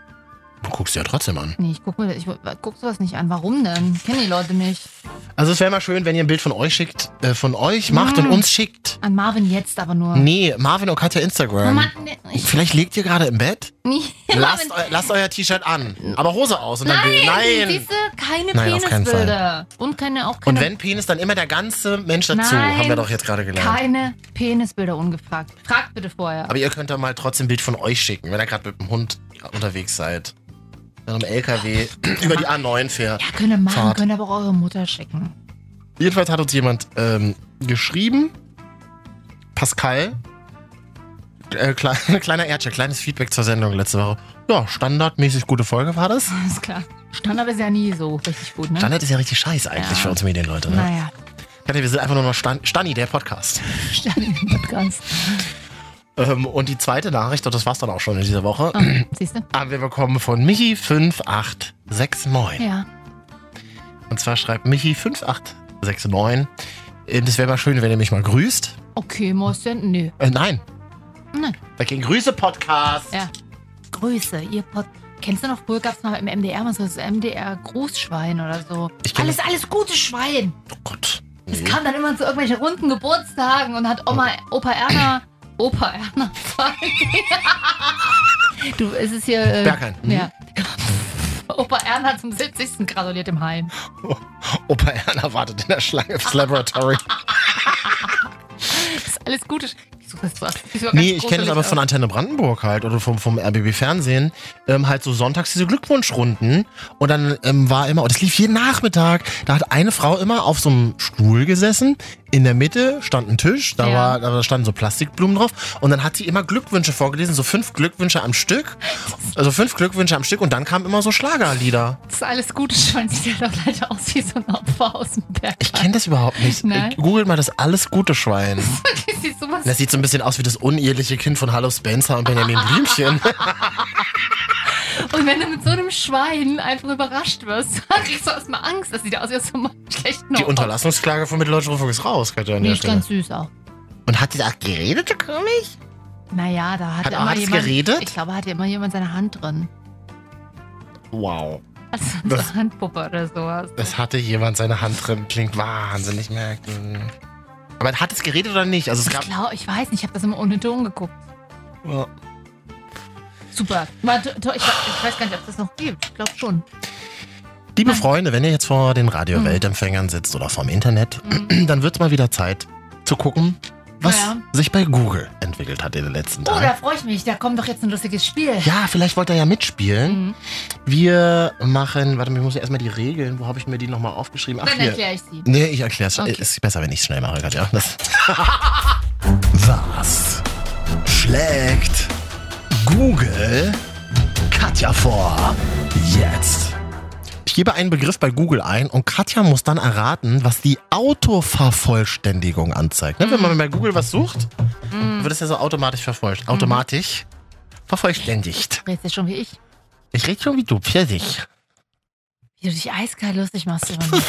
A: Du guckst die ja trotzdem an.
B: Nee, ich guck mir das, ich guck sowas nicht an. Warum denn? Kennen die Leute nicht.
A: Also es wäre mal schön, wenn ihr ein Bild von euch schickt, äh, von euch macht und uns schickt.
B: An Marvin jetzt aber nur. Oh
A: Nee, Marvin und Katja Instagram.
B: Mann, nee, ich,
A: Vielleicht liegt ihr gerade im Bett?
B: nee, *laughs*
A: Lasst,
B: Marvin,
A: eu lasst euer T-Shirt an, aber Hose aus und dann Bild. Nein!
B: Siehst du, keine
A: Nein, auf keinen
B: Penisbilder. Und keine, auch keine,
A: Und wenn Penis, dann immer der ganze Mensch dazu,
B: Nein.
A: haben wir doch jetzt gerade gelernt.
B: keine Penisbilder ungefragt. Fragt bitte vorher.
A: Aber ihr könnt da mal trotzdem ein Bild von euch schicken, wenn ihr gerade mit dem Hund unterwegs seid. Dann am LKW *clears throat* über die A9 fährt.
B: ja, könnt ihr machen,
A: Fahrt.
B: könnt ihr aber auch eure Mutter schicken. *laughs*
A: Jedenfalls hat uns jemand ähm, geschrieben, Pascal, äh, kle *laughs* kleiner Erdcheck, kleines Feedback zur Sendung letzte Woche. Ja, standardmäßig gute Folge war das.
B: Alles klar. Standard ist ja nie so richtig gut, ne?
A: Standard ist ja richtig scheiße eigentlich
B: Ja.
A: für uns Medienleute. Ne?
B: Naja,
A: Katja, wir sind einfach nur noch Stan Stani, der Podcast.
B: Standard Podcast.
A: *clears throat* Ähm, und die zweite Nachricht, und das war's dann auch schon in dieser Woche,
B: Oh, siehst du?
A: haben wir bekommen von Michi5869.
B: Ja.
A: Und zwar schreibt Michi5869, äh, das wäre mal schön, wenn ihr mich mal grüßt.
B: Okay, Mäuschen, nö.
A: Äh, nein.
B: Nein.
A: Dagegen Grüße, Podcast.
B: Ja. Grüße, ihr Pod. Kennst du noch, früher gab es mal im MDR mal so das MDR-Großschwein oder so.
A: Ich kenn-
B: Alles, alles gute Schwein.
A: Oh Gott.
B: Es
A: Nee.
B: kam dann immer zu irgendwelchen runden Geburtstagen und hat Oma, Opa Erna, *clears throat* Opa Erna, sorry. du, es ist hier. Äh,
A: Bergheim, mhm.
B: Ja. *laughs* Opa Erna zum 70. gratuliert im Heim.
A: *laughs* Opa Erna wartet in der Schlange fürs
B: *laughs*
A: Laboratory.
B: Das ist alles Gute. Sch- Wieso das war- wieso war ganz
A: nee, ich kenne das
B: gruselig
A: aber
B: aus?
A: von Antenne Brandenburg halt oder vom, vom RBB Fernsehen. Ähm, halt so sonntags diese Glückwunschrunden. Und dann ähm, war immer, und das lief jeden Nachmittag, da hat eine Frau immer auf so einem Stuhl gesessen. In der Mitte stand ein Tisch, da,
B: Ja.
A: war, da standen so Plastikblumen drauf. Und dann hat sie immer Glückwünsche vorgelesen, so fünf Glückwünsche am Stück. Also fünf Glückwünsche am Stück und dann kamen immer so Schlagerlieder.
B: Das ist alles Gute *laughs* Schwein. Sieht ja doch leider aus wie so ein Opfer aus dem Berg.
A: Ich kenne das überhaupt nicht.
B: Nein.
A: Äh, Googelt mal das alles gute Schwein.
B: *laughs* Das sieht sowas
A: Das
B: *laughs*
A: sieht so ein bisschen aus wie das uneheliche Kind von Hallo Spencer und Benjamin Blümchen.
B: Und wenn du mit so einem Schwein einfach überrascht wirst, *laughs* dann kriegst du erstmal Angst. Das sieht aus wie aus so einem schlechten
A: Die
B: Horror.
A: Unterlassungsklage vom Mitteldeutschen ist raus, Katja. An
B: Die
A: der
B: ist
A: Stelle.
B: ganz süß auch.
A: Und hat die da geredet, der König?
B: Naja, da hat,
A: Hat
B: immer
A: Arzt
B: jemand.
A: geredet?
B: Ich glaube, hat immer jemand seine Hand drin.
A: Wow.
B: Hat so
A: Das-
B: eine Handpuppe oder sowas.
A: Es hatte jemand seine Hand drin. Klingt wahnsinnig merkwürdig. Aber hat es geredet oder nicht? Also es
B: *laughs* Ich
A: gab.
B: glaube, ich weiß nicht, ich habe das immer ohne Ton geguckt.
A: Ja.
B: Super. War to to ich, wa- ich weiß gar nicht, ob das noch gibt. Ich glaube schon.
A: Liebe
B: Nein.
A: Freunde, wenn ihr jetzt vor den Radio-Weltempfängern sitzt oder vorm Internet, dann wird mal wieder Zeit zu gucken, was
B: Mhm. Ja.
A: sich bei Google entwickelt hat in den letzten
B: Oh,
A: Tagen.
B: da freue ich mich. Da kommt doch jetzt ein lustiges Spiel.
A: Ja, vielleicht wollt ihr ja mitspielen.
B: Mhm.
A: Wir machen, warte, ich muss ja erstmal die Regeln, wo habe ich mir die nochmal aufgeschrieben? Ach,
B: Dann
A: hier.
B: erkläre ich sie.
A: Nee, ich erkläre es.
B: Okay.
A: Ist besser, wenn ich es schnell mache, Katja. Das Was schlägt Google Katja vor? Jetzt. Ich gebe einen Begriff bei Google ein und Katja muss dann erraten, was die Autovervollständigung anzeigt. Ne, Wenn man bei Google was sucht, wird es ja so automatisch verfolgt. Automatisch vervollständigt.
B: Redest du schon wie ich?
A: Ich rede schon wie du, pfirsich.
B: Wie du dich eiskalt lustig machst über mich.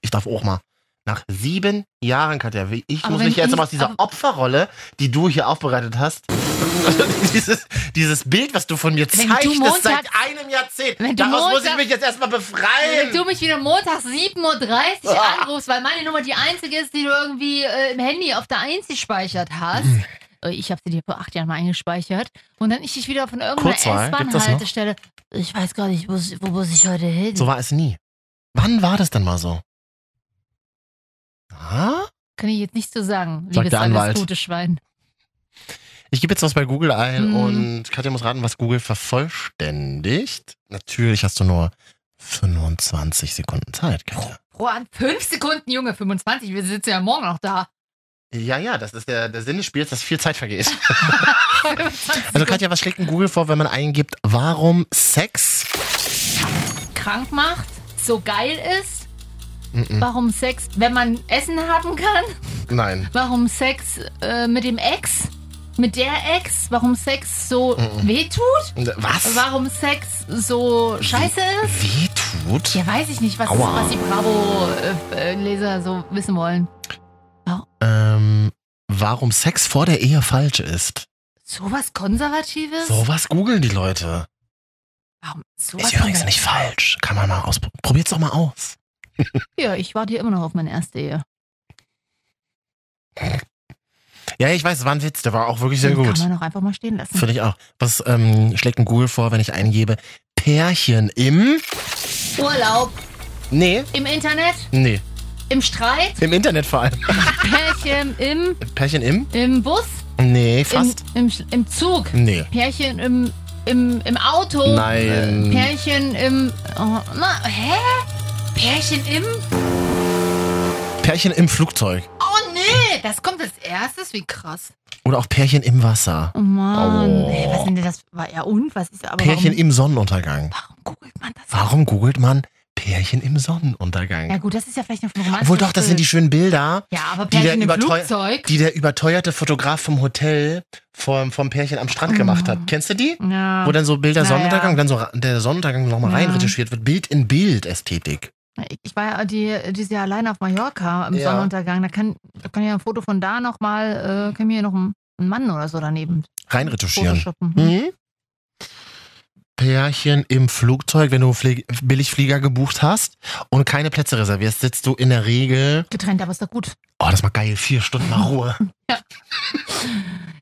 A: Ich darf auch mal. Nach sieben Jahren, Katja, wie- ich
B: Aber
A: muss
B: wenn
A: mich jetzt
B: ich-
A: mal aus dieser
B: aber-
A: Opferrolle, die du hier aufbereitet hast, *laughs* dieses, dieses Bild, was du von mir
B: Wenn du
A: zeichnest
B: Montags-
A: seit einem Jahrzehnt,
B: Wenn du
A: daraus muss ich
B: Montags-
A: mich jetzt erstmal
B: Wenn
A: befreien.
B: du mich wieder Montag 7.30 Uhr
A: Ah.
B: anrufst, weil meine Nummer die einzige ist, die du irgendwie äh, im Handy auf der 1 gespeichert hast.
A: Hm.
B: Äh, Ich habe sie dir vor acht Jahren mal eingespeichert. Und dann ich dich wieder von irgendeiner
A: Kurzwahl, gibt's das noch?
B: S-Bahn-Haltestelle. Ich weiß gar nicht, wo, wo muss ich heute hin?
A: So war es nie. Wann war das denn mal so? Ah?
B: Kann ich jetzt nicht so sagen,
A: Sagt
B: liebes
A: der
B: alles
A: Anwalt.
B: gute Schwein.
A: Ich gebe jetzt was bei Google ein
B: Mhm.
A: und Katja muss raten, was Google vervollständigt. Natürlich hast du nur 25 Sekunden Zeit, Katja.
B: Pro an fünf Sekunden, Junge, 25, wir sitzen ja morgen noch da.
A: Ja, ja, das ist der, der Sinn des Spiels, dass viel Zeit
B: *laughs*
A: vergeht.
B: 25
A: Also
B: Sekunden
A: Katja, was schlägt denn Google vor, wenn man eingibt, warum Sex?
B: krank macht, so geil ist.
A: Mhm.
B: Warum Sex, wenn man Essen haben kann?
A: Nein.
B: Warum Sex äh, mit dem Ex? Mit der Ex? Warum Sex so
A: Mhm.
B: wehtut?
A: Was?
B: Warum Sex so scheiße ist?
A: Weh tut?
B: Ja, weiß ich nicht, was,
A: Aua.
B: was die Bravo-Leser so wissen wollen.
A: Ähm, warum Sex vor der Ehe falsch ist?
B: Sowas Konservatives?
A: Sowas googeln die Leute.
B: Warum? Sowas
A: Ist übrigens
B: Konser-
A: nicht falsch. Kann man mal ausprobieren. Probiert's doch mal aus.
B: Ja, ich warte hier immer noch auf meine erste Ehe.
A: Ja, ich weiß, es war ein Witz. Der war auch wirklich sehr
B: Den Kann
A: gut.
B: man auch einfach mal stehen lassen.
A: Finde ich auch. Was ähm, schlägt denn Google vor, wenn ich eingebe, Pärchen im...
B: Urlaub
A: Nee.
B: im Internet,
A: Nee.
B: im Streit,
A: Im Internet vor allem.
B: Pärchen im,
A: Pärchen im?
B: im Bus,
A: Nee,
B: im,
A: fast.
B: im, Sch- im Zug,
A: Nee.
B: Pärchen im, im, im Auto.
A: Nein.
B: Pärchen im. Oh, na, hä? Pärchen im.
A: Pärchen im Flugzeug.
B: Oh nee, das kommt als erstes. Wie krass.
A: Oder auch Pärchen im Wasser.
B: Oh Mann.
A: Oh.
B: Hä, was sind denn das? War ja und? Was ist aber.
A: Pärchen im Sonnenuntergang.
B: warum, warum googelt man das?
A: Warum googelt man Pärchen im Sonnenuntergang?
B: Ja gut, das ist ja vielleicht noch ein Roman.
A: Obwohl doch, das sind die schönen Bilder,
B: Ja, aber
A: die der
B: Pärchen im
A: überteu-
B: Flugzeug.
A: die der überteuerte Fotograf vom Hotel vom, vom Pärchen am Strand gemacht hat. Kennst du die?
B: Oh. ja.
A: Wo dann so Bilder
B: Naja.
A: Sonnenuntergang, dann so ra- der Sonnenuntergang nochmal
B: Ja.
A: reinretuschiert wird. Bild in Bild Ästhetik.
B: Ich war ja die, dieses Jahr alleine auf Mallorca im
A: Ja.
B: Sonnenuntergang. Da kann, da kann ich ja ein Foto von da nochmal, äh, kann mir hier noch ein, ein Mann oder so daneben
A: Reinretuschieren.
B: Photoshoppen.
A: Mhm. Pärchen im Flugzeug, wenn du Flie Billigflieger gebucht hast und keine Plätze reservierst, sitzt du in der Regel,
B: Getrennt, aber ist doch gut.
A: oh, das war geil, vier Stunden mal Ruhe.
B: *laughs*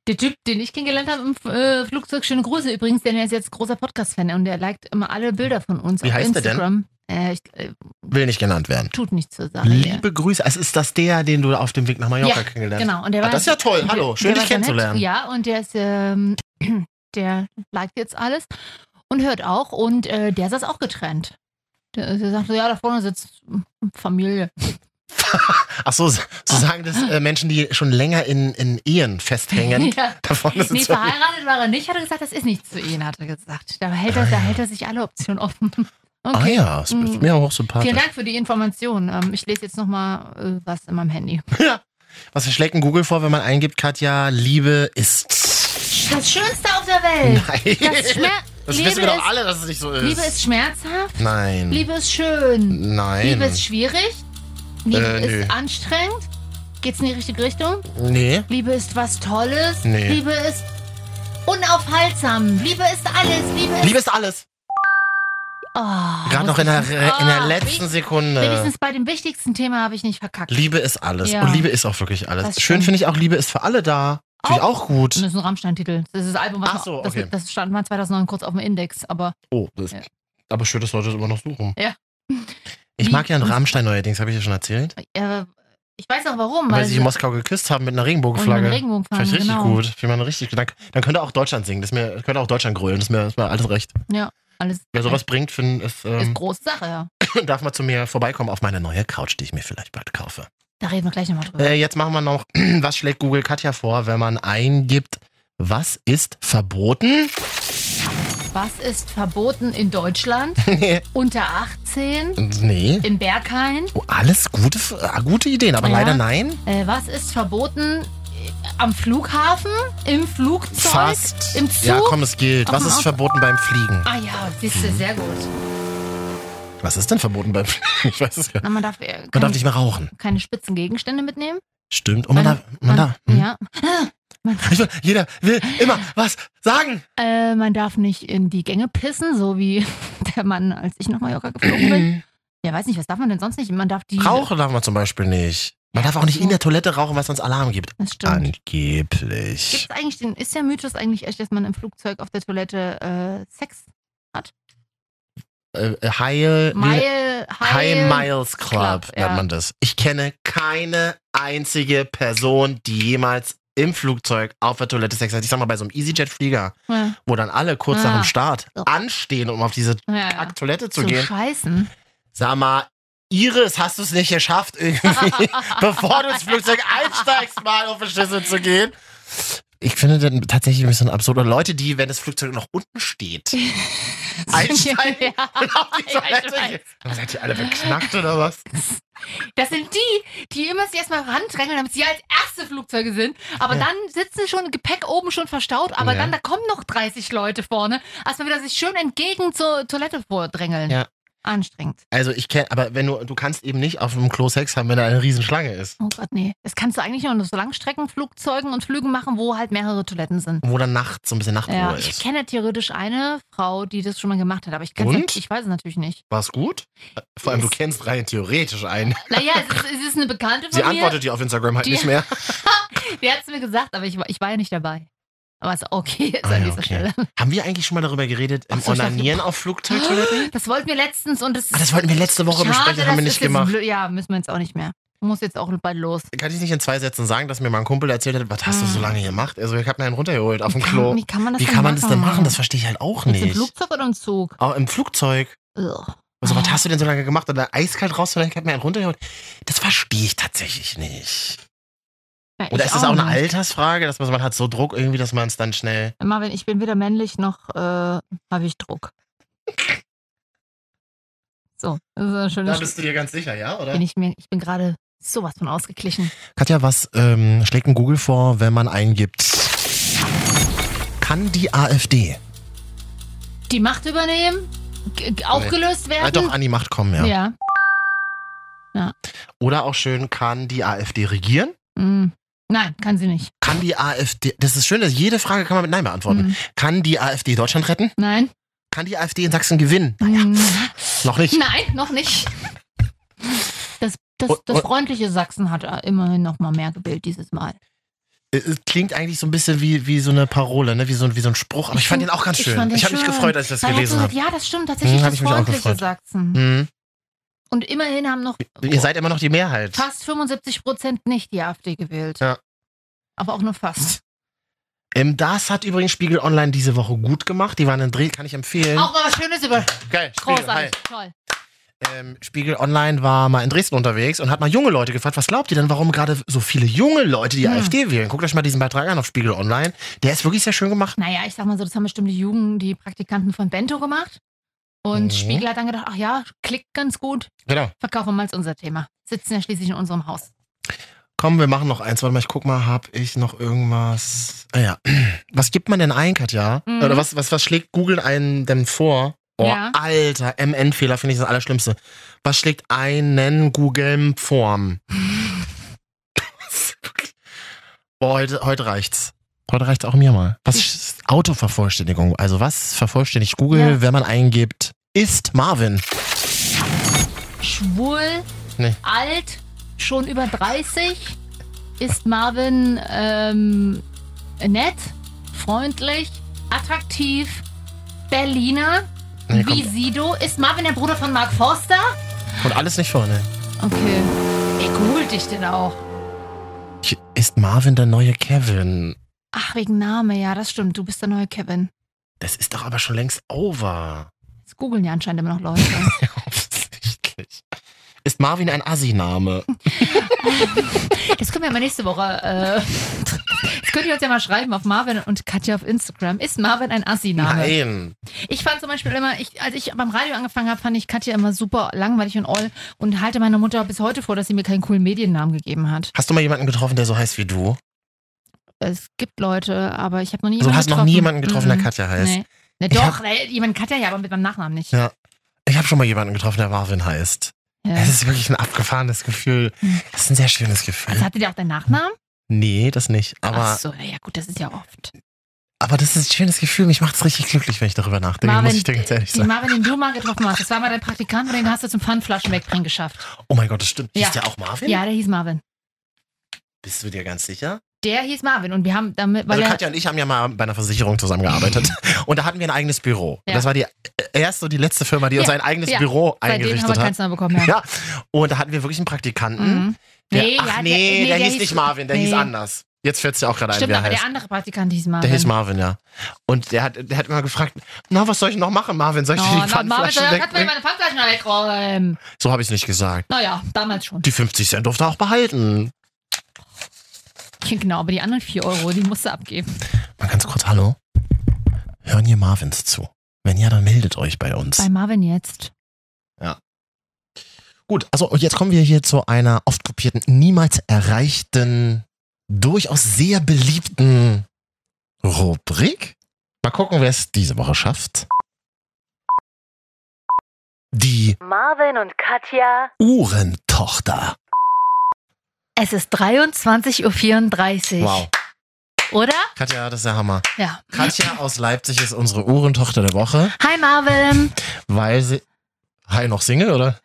B: Der Typ, den ich kennengelernt habe im F- äh, Flugzeug, schöne Grüße übrigens, denn er ist jetzt großer Podcast-Fan und er liked immer alle Bilder von uns
A: Wie
B: auf
A: heißt er denn?
B: Instagram. Äh, ich, äh,
A: Will nicht genannt werden.
B: tut nichts zur Sache. hier.
A: Liebe Grüße. Es ist das der, den du auf dem Weg nach Mallorca
B: Ah, Ja,
A: kennengelernt hast.
B: Genau. Und der
A: Ah,
B: war
A: das ist ja toll.
B: der-
A: Hallo. Schön,
B: der
A: dich
B: war sehr nett.
A: kennenzulernen.
B: Ja, und der ist, ähm, *clears throat* der liked jetzt alles und hört auch und äh, der saß auch getrennt. Der, der sagt so, ja, da vorne sitzt Familie.
A: Ach so, so
B: Ah.
A: sagen das äh, Menschen, die schon länger in, in Ehen festhängen.
B: *laughs* ja.
A: *laughs* Da vorne
B: Nee,
A: sind so-
B: verheiratet war er nicht, hat er gesagt, das ist nichts für ihn, hat er gesagt. Da hält er, da hält er sich alle Optionen offen.
A: Ah ja, es ist
B: Mhm.
A: mir auch sympathisch.
B: Vielen Dank für die Information. Ähm, ich lese jetzt nochmal äh, was in meinem Handy.
A: Was schlägt denn Google vor, wenn man eingibt, Katja, Liebe ist.
B: Das Schönste auf der Welt.
A: Nein.
B: Das Schmer
A: *laughs* Das
B: Liebe
A: wissen wir doch
B: ist-
A: alle, dass es nicht so ist.
B: Liebe ist schmerzhaft,
A: Nein.
B: Liebe ist schön,
A: Nein.
B: Liebe ist schwierig, Liebe
A: Äh, nö.
B: ist anstrengend, geht's in die richtige Richtung,
A: nee.
B: Liebe ist was Tolles,
A: Nee.
B: Liebe ist unaufhaltsam, Liebe ist alles, Liebe ist...
A: Liebe ist alles.
B: oh,
A: Gerade noch in der, äh, in der letzten Sekunde.
B: Ah, Wenigstens bei dem wichtigsten Thema habe ich nicht verkackt.
A: Liebe ist alles.
B: Ja.
A: Und Liebe ist auch wirklich
B: Das
A: alles.
B: stimmt. Hm.
A: Schön finde ich auch, Liebe ist für alle da. Finde ich auch
B: Das
A: gut.
B: ist ein Rammstein-Titel. Das ist das Album, was
A: Ach so,
B: das,
A: okay.
B: das stand mal 2009 kurz auf dem Index. Aber
A: Oh, das
B: Ja.
A: aber schön, dass Leute es immer noch suchen.
B: Ja.
A: Ich
B: Wie-
A: mag ja einen Rammstein neuerdings, habe ich ja schon erzählt.
B: äh, ich weiß auch warum.
A: Weil sie sich
B: sie-
A: in Moskau geküsst haben mit einer
B: und mit dem
A: Regenbogenflagge.
B: Regenbogenfarben,
A: Vielleicht richtig
B: genau.
A: gut. Finde man richtig gut. Dann, dann könnte auch Deutschland singen. Das ist mir, könnte auch Deutschland grölen. Das ist mir, das ist mir alles recht.
B: Alles
A: Wer sowas bringt, find, ist,
B: ist
A: ähm,
B: große Sache, ja.
A: darf mal zu mir vorbeikommen auf meine neue Couch, die ich mir vielleicht bald kaufe.
B: Da reden wir gleich nochmal drüber.
A: Äh, jetzt machen wir noch, *clears throat* was schlägt Google Katja vor, wenn man eingibt, was ist verboten?
B: Was ist verboten
A: *laughs*
B: in Deutschland?
A: nee.
B: Unter 18?
A: Nee.
B: In Berghain?
A: Oh, alles gute, äh, gute Ideen, aber
B: Ja.
A: leider nein.
B: Äh, was ist verboten äh, am Flughafen? Im Flugzeug?
A: Fast.
B: Im Zug?
A: Ja, komm, es gilt.
B: Auf
A: Was
B: dem
A: ist
B: Auto?
A: verboten beim Fliegen?
B: Ah ja, siehst du, sehr
A: Mhm.
B: gut.
A: Was ist denn verboten beim *laughs* Fliegen? Ich weiß es gar nicht.
B: Na, man darf, äh,
A: Man darf
B: keine-
A: nicht mehr rauchen.
B: keine spitzen Gegenstände mitnehmen.
A: Stimmt. Und man,
B: Man-
A: darf. Man, darf. hm.
B: Ja.
A: Ich will, jeder will immer was sagen.
B: Äh, man darf nicht in die Gänge pissen, so wie *laughs* der Mann, als ich nach Mallorca geflogen bin. Ja, weiß nicht, was darf man denn sonst nicht? Man darf die.
A: Rauchen darf man zum Beispiel nicht. Man darf auch nicht in der Toilette rauchen, weil sonst Alarm gibt.
B: Das stimmt.
A: Angeblich.
B: Gibt's eigentlich den, ist der Mythos eigentlich echt, dass man im Flugzeug auf der Toilette äh, Sex?
A: Äh, äh, High, wie-
B: Mile,
A: High
B: Heil-
A: Miles Club
B: Club,
A: nennt
B: ja.
A: man das. Ich kenne keine einzige Person, die jemals im Flugzeug auf der Toilette Sex hat. Ich sag mal, bei so einem EasyJet-Flieger,
B: Ja,
A: wo dann alle kurz nach
B: Ah.
A: dem Start
B: Oh.
A: anstehen, um auf diese
B: ja, ja.
A: Kack Toilette zu
B: Zum
A: gehen.
B: Scheißen.
A: Sag mal, Iris, hast du es nicht geschafft,
B: *laughs*
A: irgendwie, bevor du ins Flugzeug einsteigst, mal auf den Schlüssel zu gehen? Ich finde das tatsächlich ein bisschen absurd. Und Leute, die, wenn das Flugzeug noch unten steht Einsteigen?
B: *laughs* Ja,
A: und auf die
B: *laughs* ja, ich
A: Toilette
B: weiß.
A: gehen, dann seid ihr alle beknackt oder was?
B: Das sind die, die immer sich erstmal randrängeln, damit sie als erste Flugzeuge sind. Aber
A: Ja.
B: dann sitzen schon Gepäck oben schon verstaut, aber
A: Ja.
B: dann da kommen noch 30 Leute vorne, als man wieder sich schön entgegen zur Toilette vordrängeln.
A: Ja.
B: Anstrengend.
A: Also ich kenne, aber wenn du, du kannst eben nicht auf dem Klo Sex haben, wenn da eine Riesenschlange ist.
B: Oh Gott, nee. Das kannst du eigentlich nur auf so Langstreckenflugzeugen und Flügen machen, wo halt mehrere Toiletten sind.
A: Wo dann nachts so ein bisschen Nachtruhe
B: Ja, ich
A: ist.
B: kenne theoretisch eine Frau, die das schon mal gemacht hat, aber ich, kann's
A: Und?
B: nicht- ich weiß es natürlich nicht.
A: War's gut? Vor allem, du kennst rein theoretisch einen.
B: Naja, es ist, es ist eine Bekannte von
A: Sie
B: mir.
A: antwortet dir auf Instagram halt
B: Die-
A: nicht mehr.
B: Die hat es mir gesagt, aber ich, war- ich war ja nicht dabei. Aber es ist okay jetzt
A: Ah
B: an
A: ja,
B: dieser
A: okay.
B: Stelle.
A: Haben wir eigentlich schon mal darüber geredet, im
B: Ach so, ich dachte-
A: Onanieren auf Flugzeugtoiletten?
B: *gasps* Das wollten wir letztens und das
A: Ah, das wollten wir letzte Woche
B: Schade,
A: besprechen, haben wir
B: das
A: nicht
B: ist jetzt
A: gemacht.
B: blöd. Ja, müssen wir jetzt auch nicht mehr. Muss jetzt auch bald los.
A: kann ich nicht in zwei Sätzen sagen, dass mir mal ein Kumpel erzählt hat, was hast du
B: Ah.
A: so lange gemacht? Also ich hab mir einen runtergeholt auf dem
B: Kann-
A: Klo.
B: Wie kann man das,
A: Wie
B: denn,
A: kann man das
B: machen?
A: denn machen? Das verstehe ich halt auch
B: Jetzt Im
A: nicht.
B: Flugzeug oder im Zug?
A: Auch im Flugzeug.
B: Ugh.
A: Also
B: Ah.
A: was hast du denn so lange gemacht? Oder eiskalt raus, ich hab mir einen runtergeholt. Das verstehe ich tatsächlich nicht.
B: Ja,
A: Oder
B: ich
A: ist das auch eine
B: nicht.
A: Altersfrage, dass man, man hat so Druck irgendwie, dass man es dann schnell.
B: Immer wenn ich bin weder männlich noch äh, habe ich Druck. So, das ist ein schönes
A: du dir ganz sicher, ja?
B: bin ich mir, ich bin gerade sowas von ausgeglichen.
A: Katja, was ähm, schlägt denn Google vor, wenn man eingibt? Kann die AfD
B: Die Macht übernehmen, g- g- aufgelöst
A: äh,
B: werden.
A: doch an die Macht kommen, ja?
B: ja.
A: Oder auch schön, kann die AfD regieren?
B: Mm. Nein, kann sie nicht.
A: Kann die AfD, das ist schön, dass jede Frage kann man mit Nein beantworten.
B: Mm.
A: Kann die AfD Deutschland retten?
B: Nein.
A: Kann die AfD in Sachsen gewinnen?
B: Mm.
A: Noch nicht.
B: Nein, noch nicht. Das, das,
A: Und-
B: das
A: und-
B: freundliche Sachsen hat äh, immerhin noch mal mehr gewählt dieses Mal.
A: Es- Äh, Es klingt eigentlich so ein bisschen wie, wie so eine Parole, ne? wie, so, ein- wie so ein Spruch. Aber ich,
B: Ich
A: fand
B: find-
A: den auch ganz
B: ich
A: schön.
B: fand den
A: Ich habe mich
B: schön.
A: gefreut, als ich das
B: Weil er hat so
A: gelesen
B: gesagt,
A: habe.
B: ja, das stimmt
A: Hm,
B: tatsächlich,
A: hab
B: das
A: ich mich auch
B: freundliche
A: gefreut.
B: Sachsen.
A: Mhm.
B: Und immerhin haben noch
A: Ihr seid immer noch die Mehrheit.
B: fast 75 Prozent nicht die AfD gewählt.
A: Ja.
B: Aber auch nur fast.
A: Ähm, das hat übrigens Spiegel Online diese Woche gut gemacht. Die waren in Dreh, kann ich empfehlen.
B: Auch mal was Schönes über.
A: Geil, Äh. Spiegel, hi.
B: Großartig, toll.
A: Ähm, Spiegel Online war mal in Dresden unterwegs und hat mal junge Leute gefragt, was glaubt ihr denn, warum gerade so viele junge Leute die
B: Hm.
A: AfD wählen? Guckt euch mal diesen Beitrag an auf Spiegel Online. Der ist wirklich sehr schön gemacht.
B: Naja, ich sag mal so, das haben bestimmt die Jugend, die Praktikanten von Bento gemacht. Und
A: Mhm.
B: Spiegel hat dann gedacht, ach ja, klickt ganz gut,
A: Genau.
B: verkaufen wir mal als unser Thema. Sitzen ja schließlich in unserem Haus.
A: Komm, wir machen noch eins. Warte mal, ich guck mal, hab ich noch irgendwas? Ah ja. *clears throat* Was gibt man denn ein, Katja?
B: Mhm.
A: Oder was, was, was schlägt Google einem denn vor? Oh,
B: Ja.
A: alter, MN-Fehler finde ich das Allerschlimmste. Was schlägt einen Google vor? *laughs* Boah, heute, heute reicht's. Heute reicht's auch mir mal. Was ist Autovervollständigung? Also was vervollständigt Google,
B: Ja.
A: wenn man eingibt, ist Marvin?
B: Schwul,
A: Nee.
B: alt, schon über 30, ist Marvin ähm, nett, freundlich, attraktiv, Berliner,
A: Nee,
B: wie
A: kommt,
B: Sido. Ist Marvin der Bruder von Mark Forster?
A: kommt alles nicht vorne.
B: Okay. Ey, googelt dich denn auch?
A: Ich- Ist Marvin der neue Kevin?
B: Ach, wegen Name, ja, das stimmt. Du bist der neue Kevin.
A: Das ist doch aber schon längst over.
B: Jetzt googeln ja anscheinend immer noch Leute.
A: *laughs* Ja, offensichtlich. Ist Marvin ein Assi-Name?
B: *laughs* Das können wir mal nächste Woche. Äh, *laughs* das könnt ihr uns ja mal schreiben auf Marvin und Katja auf Instagram. Ist Marvin ein Assi-Name?
A: Nein.
B: Ich fand zum Beispiel immer, ich, als ich beim Radio angefangen habe, fand ich Katja immer super langweilig und all und halte meiner Mutter bis heute vor, dass sie mir keinen coolen Mediennamen gegeben hat.
A: Hast du mal jemanden getroffen, der so heißt wie du?
B: Es gibt Leute, aber ich habe noch nie
A: Also
B: jemanden
A: du hast
B: getroffen.
A: noch nie jemanden getroffen, der
B: Mhm.
A: Katja heißt.
B: Nee. Ne,
A: Ich
B: doch,
A: hab-
B: weil jemanden Katja ja, aber mit meinem Nachnamen nicht.
A: Ja. Ich habe schon mal jemanden getroffen, der Marvin heißt.
B: Ja.
A: Es ist wirklich ein abgefahrenes Gefühl.
B: Mhm.
A: Es ist ein sehr schönes
B: Also
A: Gefühl.
B: hatte der auch deinen Nachnamen?
A: Nee, das nicht. Aber,
B: Ach so, ja gut, das ist ja oft.
A: aber das ist ein schönes Gefühl. Mich macht's richtig glücklich, wenn ich darüber nachdenke, muss ich dir ganz ehrlich
B: die
A: sagen.
B: Marvin, äh, den du mal getroffen hast, das war mal dein Praktikant und den hast du zum Pfandflaschen wegbringen geschafft.
A: Oh mein Gott, das stimmt.
B: Ja.
A: Hieß der auch Marvin?
B: Ja, der hieß Marvin.
A: Bist du dir ganz sicher?
B: Der hieß Marvin und wir haben damit, weil
A: also
B: er,
A: Katja und ich haben ja mal bei einer Versicherung
B: *laughs*
A: zusammengearbeitet und da hatten wir ein eigenes Büro.
B: Ja.
A: Das war die erste und die letzte Firma, die uns
B: Ja.
A: ein eigenes
B: Ja.
A: Büro
B: seitdem haben wir
A: eingerichtet
B: keinen
A: hat.
B: Namen bekommen. Ja.
A: Ja. Und da hatten wir wirklich einen Praktikanten.
B: Mhm.
A: Der,
B: Nee,
A: ach
B: ja,
A: nee, der, hieß, nicht Marvin, der hieß
B: nee.
A: anders. Jetzt fällt es dir auch gerade ein,
B: Stimmt,
A: wie er
B: aber
A: heißt.
B: der andere Praktikant hieß Marvin.
A: Der hieß Marvin, ja. Und der hat, der hat immer gefragt, na, was soll ich noch machen, Marvin? Soll ich dir
B: Oh,
A: die
B: na, Marvin,
A: Pfandflaschen
B: dann hat man
A: wegbringen?
B: meine Pfandflaschen wegräumen.
A: So habe ich es nicht gesagt.
B: Naja, damals schon.
A: Die 50 Cent durfte er auch behalten.
B: Genau, aber die anderen 4 Euro, die musste abgeben.
A: Mal ganz kurz, hallo. Hören hier Marvins zu? Wenn ja, dann meldet euch bei uns.
B: Bei Marvin jetzt.
A: Gut, also und jetzt kommen wir hier zu einer oft kopierten, niemals erreichten, durchaus sehr beliebten Rubrik. Mal gucken, wer es diese Woche schafft. Die
F: Marvin und Katja.
A: Uhrentochter.
B: Es ist 23.34 Uhr. Oder?
A: Katja, das ist der Hammer.
B: Ja.
A: Katja aus Leipzig ist unsere Uhrentochter der Woche,
B: Hi Marvin.
A: weil sie. Hi, noch Single, oder?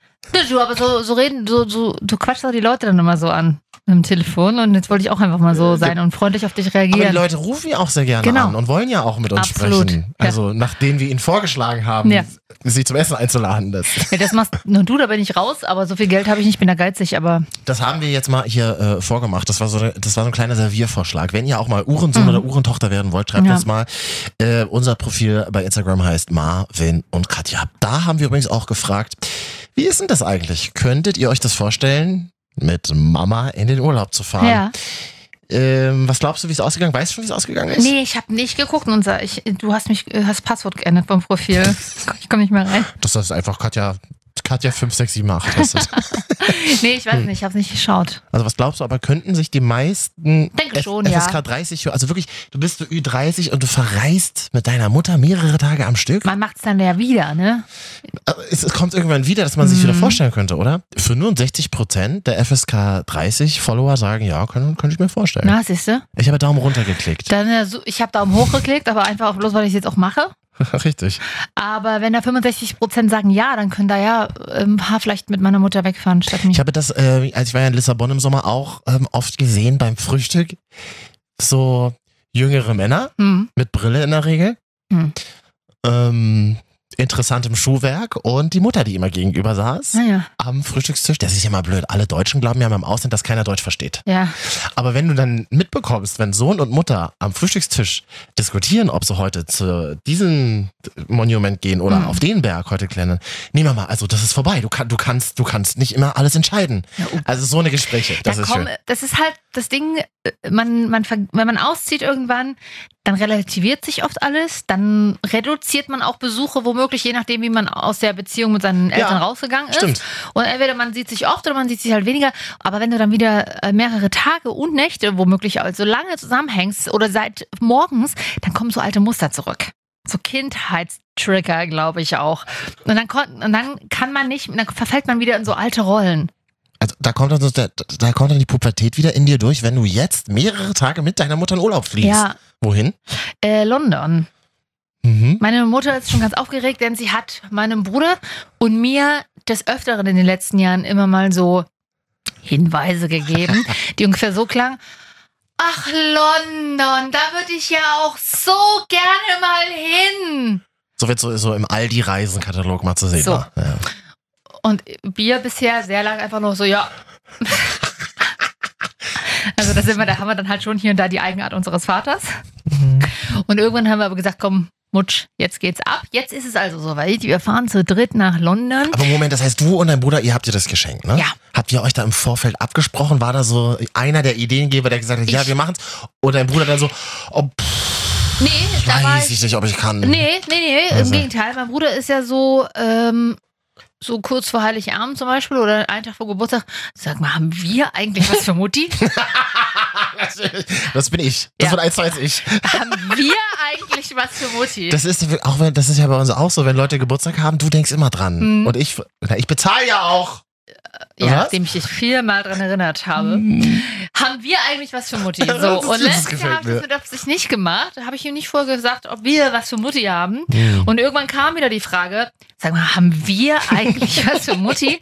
B: Du, aber so, so reden, so, so, du quatschst doch die Leute dann immer so an im Telefon und jetzt wollte ich auch einfach mal so sein und freundlich auf dich
A: Äh, Aber die
B: reagieren.
A: Leute rufen ja auch sehr gerne
B: Genau.
A: an und wollen ja auch mit uns
B: Absolut,
A: sprechen.
B: ja.
A: Also, nachdem wir ihnen vorgeschlagen haben,
B: Ja.
A: sie zum Essen einzuladen. Das.
B: Ja, das machst nur du, da bin ich raus, aber so viel Geld habe ich nicht, bin da geizig, aber
A: Das haben wir jetzt mal hier äh, vorgemacht. Das war, so eine, das war so ein kleiner Serviervorschlag. Wenn ihr auch mal Uhrensohn
B: Mhm.
A: oder Uhrentochter werden wollt, schreibt
B: Ja.
A: uns mal. Äh, unser Profil bei Instagram heißt Marvin und Katja. Da haben wir übrigens auch gefragt, wie ist denn das eigentlich? Könntet ihr euch das vorstellen, mit Mama in den Urlaub zu fahren?
B: ja.
A: Ähm, was glaubst du, wie es ausgegangen? Weißt du schon, wie es ausgegangen ist?
B: Nee, ich habe nicht geguckt und sag, ich, du hast mich, äh, hast Passwort geändert
A: *laughs*
B: vom Profil. Ich komme nicht mehr rein.
A: Das ist einfach Katja. Katja 5678 heißt
B: *laughs*
A: das.
B: Nee, ich
A: Hm.
B: weiß nicht, ich habe nicht geschaut.
A: Also was glaubst du, aber könnten sich die meisten
B: Denke schon, ja.
A: FSK 30, Hörer- also wirklich, du bist so Ü30 und du verreist mit deiner Mutter mehrere Tage am Stück?
B: Man macht's dann ja wieder, ne?
A: Aber Es, es kommt irgendwann wieder, dass man sich
B: Mhm.
A: wieder vorstellen könnte, oder? 65 Prozent der FSK 30 Follower sagen, ja, kann, kann ich mir vorstellen.
B: Na, siehst du?
A: Ich habe Daumen runter geklickt.
B: Dann, äh, so- ich habe Daumen hoch geklickt, aber einfach auch bloß, weil ich es jetzt auch mache.
A: *laughs* Richtig.
B: Aber wenn da 65 Prozent sagen ja, dann können da ja äh, ein paar vielleicht mit meiner Mutter wegfahren statt
A: Ich
B: mir.
A: habe das, äh, als ich war ja in Lissabon im Sommer auch ähm, oft gesehen beim Frühstück, so jüngere Männer,
B: Hm.
A: mit Brille in der Regel,
B: Hm.
A: ähm, interessantem Schuhwerk und die Mutter, die immer gegenüber saß
B: Naja,
A: am Frühstückstisch. Das ist ja mal blöd. Alle Deutschen glauben ja mal im Ausland, dass keiner Deutsch versteht.
B: ja.
A: Aber wenn du dann mitbekommst, wenn Sohn und Mutter am Frühstückstisch diskutieren, ob sie heute zu diesem Monument gehen oder
B: Hm.
A: auf den Berg heute klettern, nehmen wir mal, also das ist vorbei. Du, kann, du, kannst, du kannst nicht immer alles entscheiden.
B: ja oh.
A: Also so eine Gespräche, das
B: Da
A: ist
B: komm,
A: schön.
B: Das ist halt das Ding, äh, man, man, ver- wenn man auszieht irgendwann, dann relativiert sich oft alles, dann reduziert man auch Besuche, womöglich je nachdem, wie man aus der Beziehung mit seinen Eltern rausgegangen ist.
A: Stimmt.
B: Und entweder man sieht sich oft oder man sieht sich halt weniger. Aber wenn du dann wieder äh, mehrere Tage und Nächte, womöglich also lange zusammenhängst oder seit morgens, dann kommen so alte Muster zurück. So Kindheitstrigger, glaube ich auch. Und dann, kon- und dann kann man nicht, dann verfällt man wieder in so alte Rollen.
A: Also da kommt, dann, so der- da kommt dann die Pubertät wieder in dir durch, wenn du jetzt mehrere Tage mit deiner Mutter in Urlaub fliegst.
B: Ja,
A: Wohin?
B: äh, London.
A: Mhm.
B: Meine Mutter ist schon ganz aufgeregt, denn sie hat meinem Bruder und mir des Öfteren in den letzten Jahren immer mal so Hinweise gegeben, die ungefähr so klang. Ach, London, da würde ich ja auch so gerne mal hin.
A: So wird so, so im Aldi-Reisenkatalog mal zu sehen. ne?
B: So.
A: war. Ja.
B: Und wir bisher sehr lang einfach nur so, ja. Also da sind wir, da haben wir dann halt schon hier und da die Eigenart unseres Vaters. Und irgendwann haben wir aber gesagt, komm, Mutsch, jetzt geht's ab. Jetzt ist es also soweit. Wir fahren zu dritt nach London.
A: Aber Moment, das heißt, du und dein Bruder, ihr habt ihr das geschenkt, ne?
B: Ja.
A: Habt ihr euch da im Vorfeld abgesprochen? War da so einer der Ideengeber, der gesagt hat, ja,
B: Ich.
A: wir machen's? Und dein Bruder dann so, oh, pff,
B: Nee, da war
A: weiß
B: ich.
A: ich nicht, ob ich kann.
B: Nee, nee, nee, im
A: Also.
B: Gegenteil. Mein Bruder ist ja so, ähm, so kurz vor Heiligabend zum Beispiel oder einen Tag vor Geburtstag. Sag mal, haben wir eigentlich was
A: *laughs*
B: für Mutti?
A: *laughs* Das bin ich. Das
B: *laughs* Ja.
A: wird eins zu eins ich.
B: haben wir eigentlich was für Mutti?
A: Das ist auch wenn das ist ja bei uns auch so, wenn Leute Geburtstag haben, du denkst immer dran.
B: Mhm.
A: Und ich, na, ich bezahle ja auch.
B: ja,
A: was? Hm.
B: nachdem ich dich viermal dran erinnert habe. Haben wir eigentlich was
A: *laughs*
B: für Mutti? So,
A: Das-
B: und
A: das
B: letztes
A: gefällt
B: Jahr habe ich
A: mir.
B: das mit Absicht nicht gemacht. Da habe ich ihm nicht vorher gesagt, ob wir was für Mutti haben. Und irgendwann kam wieder die Frage, sag mal, haben wir
A: *laughs*
B: eigentlich was für Mutti?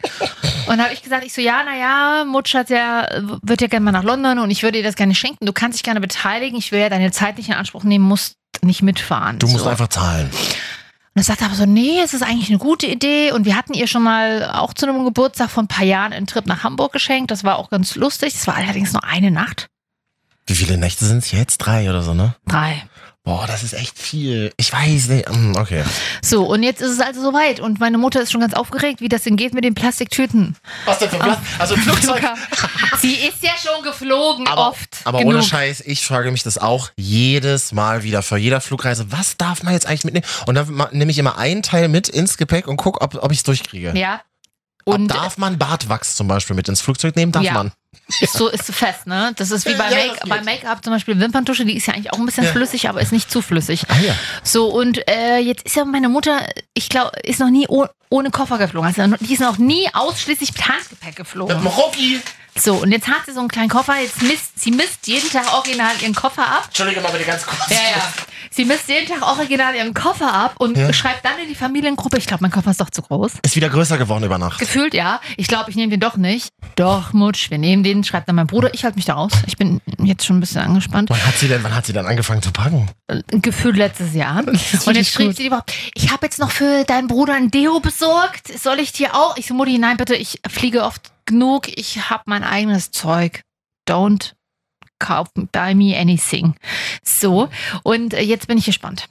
B: Und da habe ich gesagt, ich so, ja, naja, Mutsch hat ja, wird ja gerne mal nach London und ich würde ihr das gerne schenken. Du kannst dich gerne beteiligen. Ich will ja deine Zeit nicht in Anspruch nehmen, musst nicht mitfahren.
A: Du musst
B: so.
A: einfach zahlen.
B: Und dann sagte er aber so, nee, es ist eigentlich eine gute Idee. Und wir hatten ihr schon mal auch zu einem Geburtstag vor ein paar Jahren einen Trip nach Hamburg geschenkt. Das war auch ganz lustig. Das war allerdings nur eine Nacht.
A: Wie viele Nächte sind es jetzt? Drei oder so, ne?
B: Drei.
A: Boah, das ist echt viel. Ich weiß nicht. Hm, Okay.
B: So, und jetzt ist es also soweit. Und meine Mutter ist schon ganz aufgeregt, wie das denn geht mit den Plastiktüten.
A: Was denn für Platz? Also ein Flugzeug.
B: Ah. Luca, sie ist ja schon geflogen
A: Aber,
B: oft.
A: aber
B: genug.
A: ohne Scheiß, ich frage mich das auch jedes Mal wieder vor jeder Flugreise. Was darf man jetzt eigentlich mitnehmen? Und dann ma- nehme ich immer einen Teil mit ins Gepäck und gucke, ob, ob ich es durchkriege.
B: Ja.
A: Und
B: Und
A: darf man Bartwachs zum Beispiel mit ins Flugzeug nehmen? Darf
B: Ja.
A: man.
B: ist so ist so fest, ne? Das ist wie bei
A: Ja, das
B: Make-
A: geht.
B: bei Make-up zum Beispiel Wimperntusche, die ist ja eigentlich auch ein bisschen
A: Ja.
B: flüssig, aber ist nicht zu flüssig.
A: Ah ja.
B: So, und äh, jetzt ist ja meine Mutter, ich glaube, ist noch nie oh, ohne Koffer geflogen. Also, die ist noch nie ausschließlich mit Handgepäck geflogen.
A: Rocky.
B: So, und jetzt hat sie so einen kleinen Koffer. Jetzt misst, sie misst jeden Tag original ihren Koffer ab.
A: Entschuldige mal bitte ganz kurz.
B: Ja, ja. Sie misst jeden Tag original ihren Koffer ab und
A: Ja.
B: schreibt dann in die Familiengruppe, ich glaube, mein Koffer ist doch zu groß.
A: Ist wieder größer geworden über Nacht.
B: Gefühlt ja. Ich glaube, ich nehme den doch nicht. Doch, Mutsch, wir nehmen den, schreibt dann mein Bruder. Ich halte mich da raus. Ich bin jetzt schon ein bisschen angespannt.
A: Wann hat sie denn, wann hat sie denn angefangen zu packen?
B: Gefühlt letztes Jahr. Und
A: finde ich
B: jetzt schrieb
A: gut.
B: sie überhaupt, ich habe jetzt noch für deinen Bruder ein Deo besorgt. Soll ich dir auch? Ich so, Mutti, nein, bitte, ich fliege oft genug. Ich habe mein eigenes Zeug. Don't kauf, buy me anything. So, und äh, jetzt bin ich gespannt.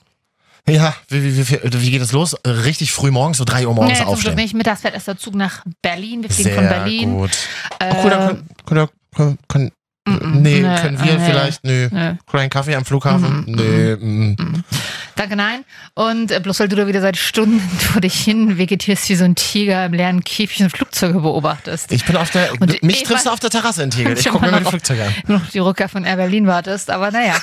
A: Ja, wie, wie, wie, wie- wie geht das los? Richtig früh morgens, so 3 Uhr
B: Nee,
A: morgens
B: zum Glück
A: aufstehen.
B: nicht. Mittags fährt erst der Zug nach Berlin. Wir fliegen
A: Sehr
B: von Berlin.
A: gut.
B: Äh,
A: Oh, cool, da können, können, können, können,
B: mm,
A: nee,
B: nee,
A: können wir
B: nee,
A: vielleicht, nö.
B: nee.
A: Kleinen Kaffee am Flughafen? Nee,
B: Mhm,
A: mm.
B: Danke, nein. Und äh, bloß weil du da wieder seit Stunden *laughs* vor dich hin vegetierst wie so ein Tiger im leeren Käfig und Flugzeuge beobachtest.
A: Ich bin auf der,
B: Und Genau.
A: mich
B: Eva-
A: triffst du auf der Terrasse in Tegel. Ich
B: Schon
A: gucke mir
B: mal
A: mal die
B: noch-
A: Flugzeuge an.
B: Nur noch die Rückkehr von Air Berlin wartest, aber
A: *laughs*
B: naja.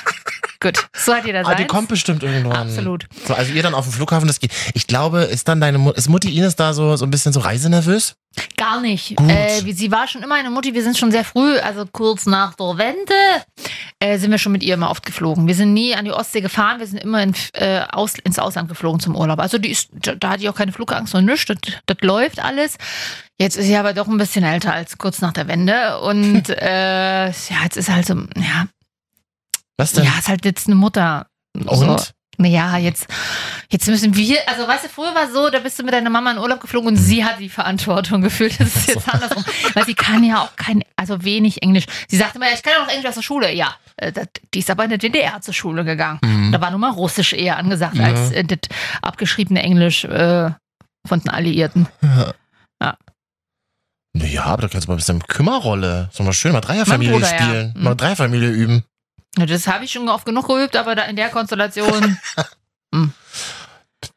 B: Gut, so hat jeder
A: Ah,
B: sein.
A: die kommt bestimmt irgendwann.
B: Absolut.
A: So, also ihr dann auf dem Flughafen, das geht. Ich glaube, ist dann deine, Mu- ist Mutti Ines da so, so ein bisschen so reisenervös?
B: Gar nicht.
A: Gut.
B: Äh, wie- sie war schon immer eine Mutti. Wir sind schon sehr früh, also kurz nach der Wende, äh, sind wir schon mit ihr immer oft geflogen. Wir sind nie an die Ostsee gefahren, wir sind immer in, äh, aus, ins Ausland geflogen zum Urlaub. Also die ist, da, da hat die auch keine Flugangst und nichts. Das, das läuft alles. Jetzt ist sie aber doch ein bisschen älter als kurz nach der
A: *laughs*
B: Wende. Und äh, ja, jetzt ist halt so, ja,
A: Was denn?
B: ja, ist halt jetzt eine Mutter. So.
A: Und?
B: Naja, jetzt, jetzt müssen wir, also weißt du, früher war so, da bist du mit deiner Mama in Urlaub geflogen
A: Mhm.
B: und sie hat die Verantwortung gefühlt. Das ist jetzt andersrum. Weil sie kann ja auch kein, also wenig Englisch. Sie sagte immer, ja, ich kann ja noch Englisch aus der Schule. Ja, äh, das- die ist aber in der DDR zur Schule gegangen.
A: Mhm.
B: Da war nun mal Russisch eher angesagt
A: Ja.
B: als äh, das abgeschriebene Englisch äh, von den Alliierten.
A: Ja, aber da kannst du mal ein bisschen Kümmerrolle. So mal schön mal Dreierfamilie
B: Mein Bruder, ja.
A: spielen.
B: Mhm.
A: Mal Dreierfamilie üben.
B: Ja, das habe ich schon oft genug geübt, aber da in
A: *laughs*
B: der Konstellation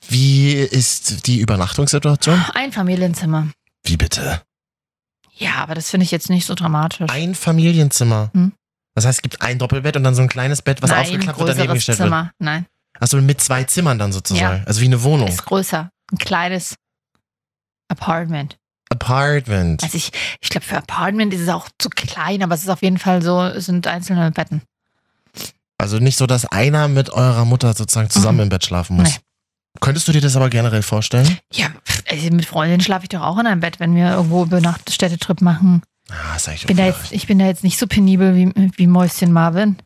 A: Wie ist die Übernachtungssituation?
B: Einfamilienzimmer.
A: Wie bitte?
B: Ja, aber das finde ich jetzt nicht so dramatisch.
A: Ein Familienzimmer.
B: Hm.
A: Das heißt, es gibt ein Doppelbett und dann so ein kleines Bett, was
B: Nein,
A: aufgeklappt wird, daneben
B: größeres
A: gestellt wird.
B: Zimmer. Nein,
A: Achso, mit zwei Zimmern dann sozusagen. Also wie eine Wohnung.
B: ist größer. Ein kleines Apartment.
A: Apartment.
B: Also ich, ich glaube, für Apartment ist es auch zu klein, aber es ist auf jeden Fall so, es sind einzelne Betten.
A: Also nicht so, dass einer mit eurer Mutter sozusagen zusammen
B: Mhm.
A: im Bett schlafen muss.
B: Nee.
A: Könntest du dir das aber generell vorstellen?
B: Ja, pff, also mit Freundinnen schlafe ich doch auch in einem Bett, wenn wir irgendwo über Nacht Städtetrip machen.
A: Ah, ist eigentlich
B: Ich bin, da
A: okay.
B: jetzt, ich bin da jetzt nicht so penibel wie, wie Mäuschen Marvin,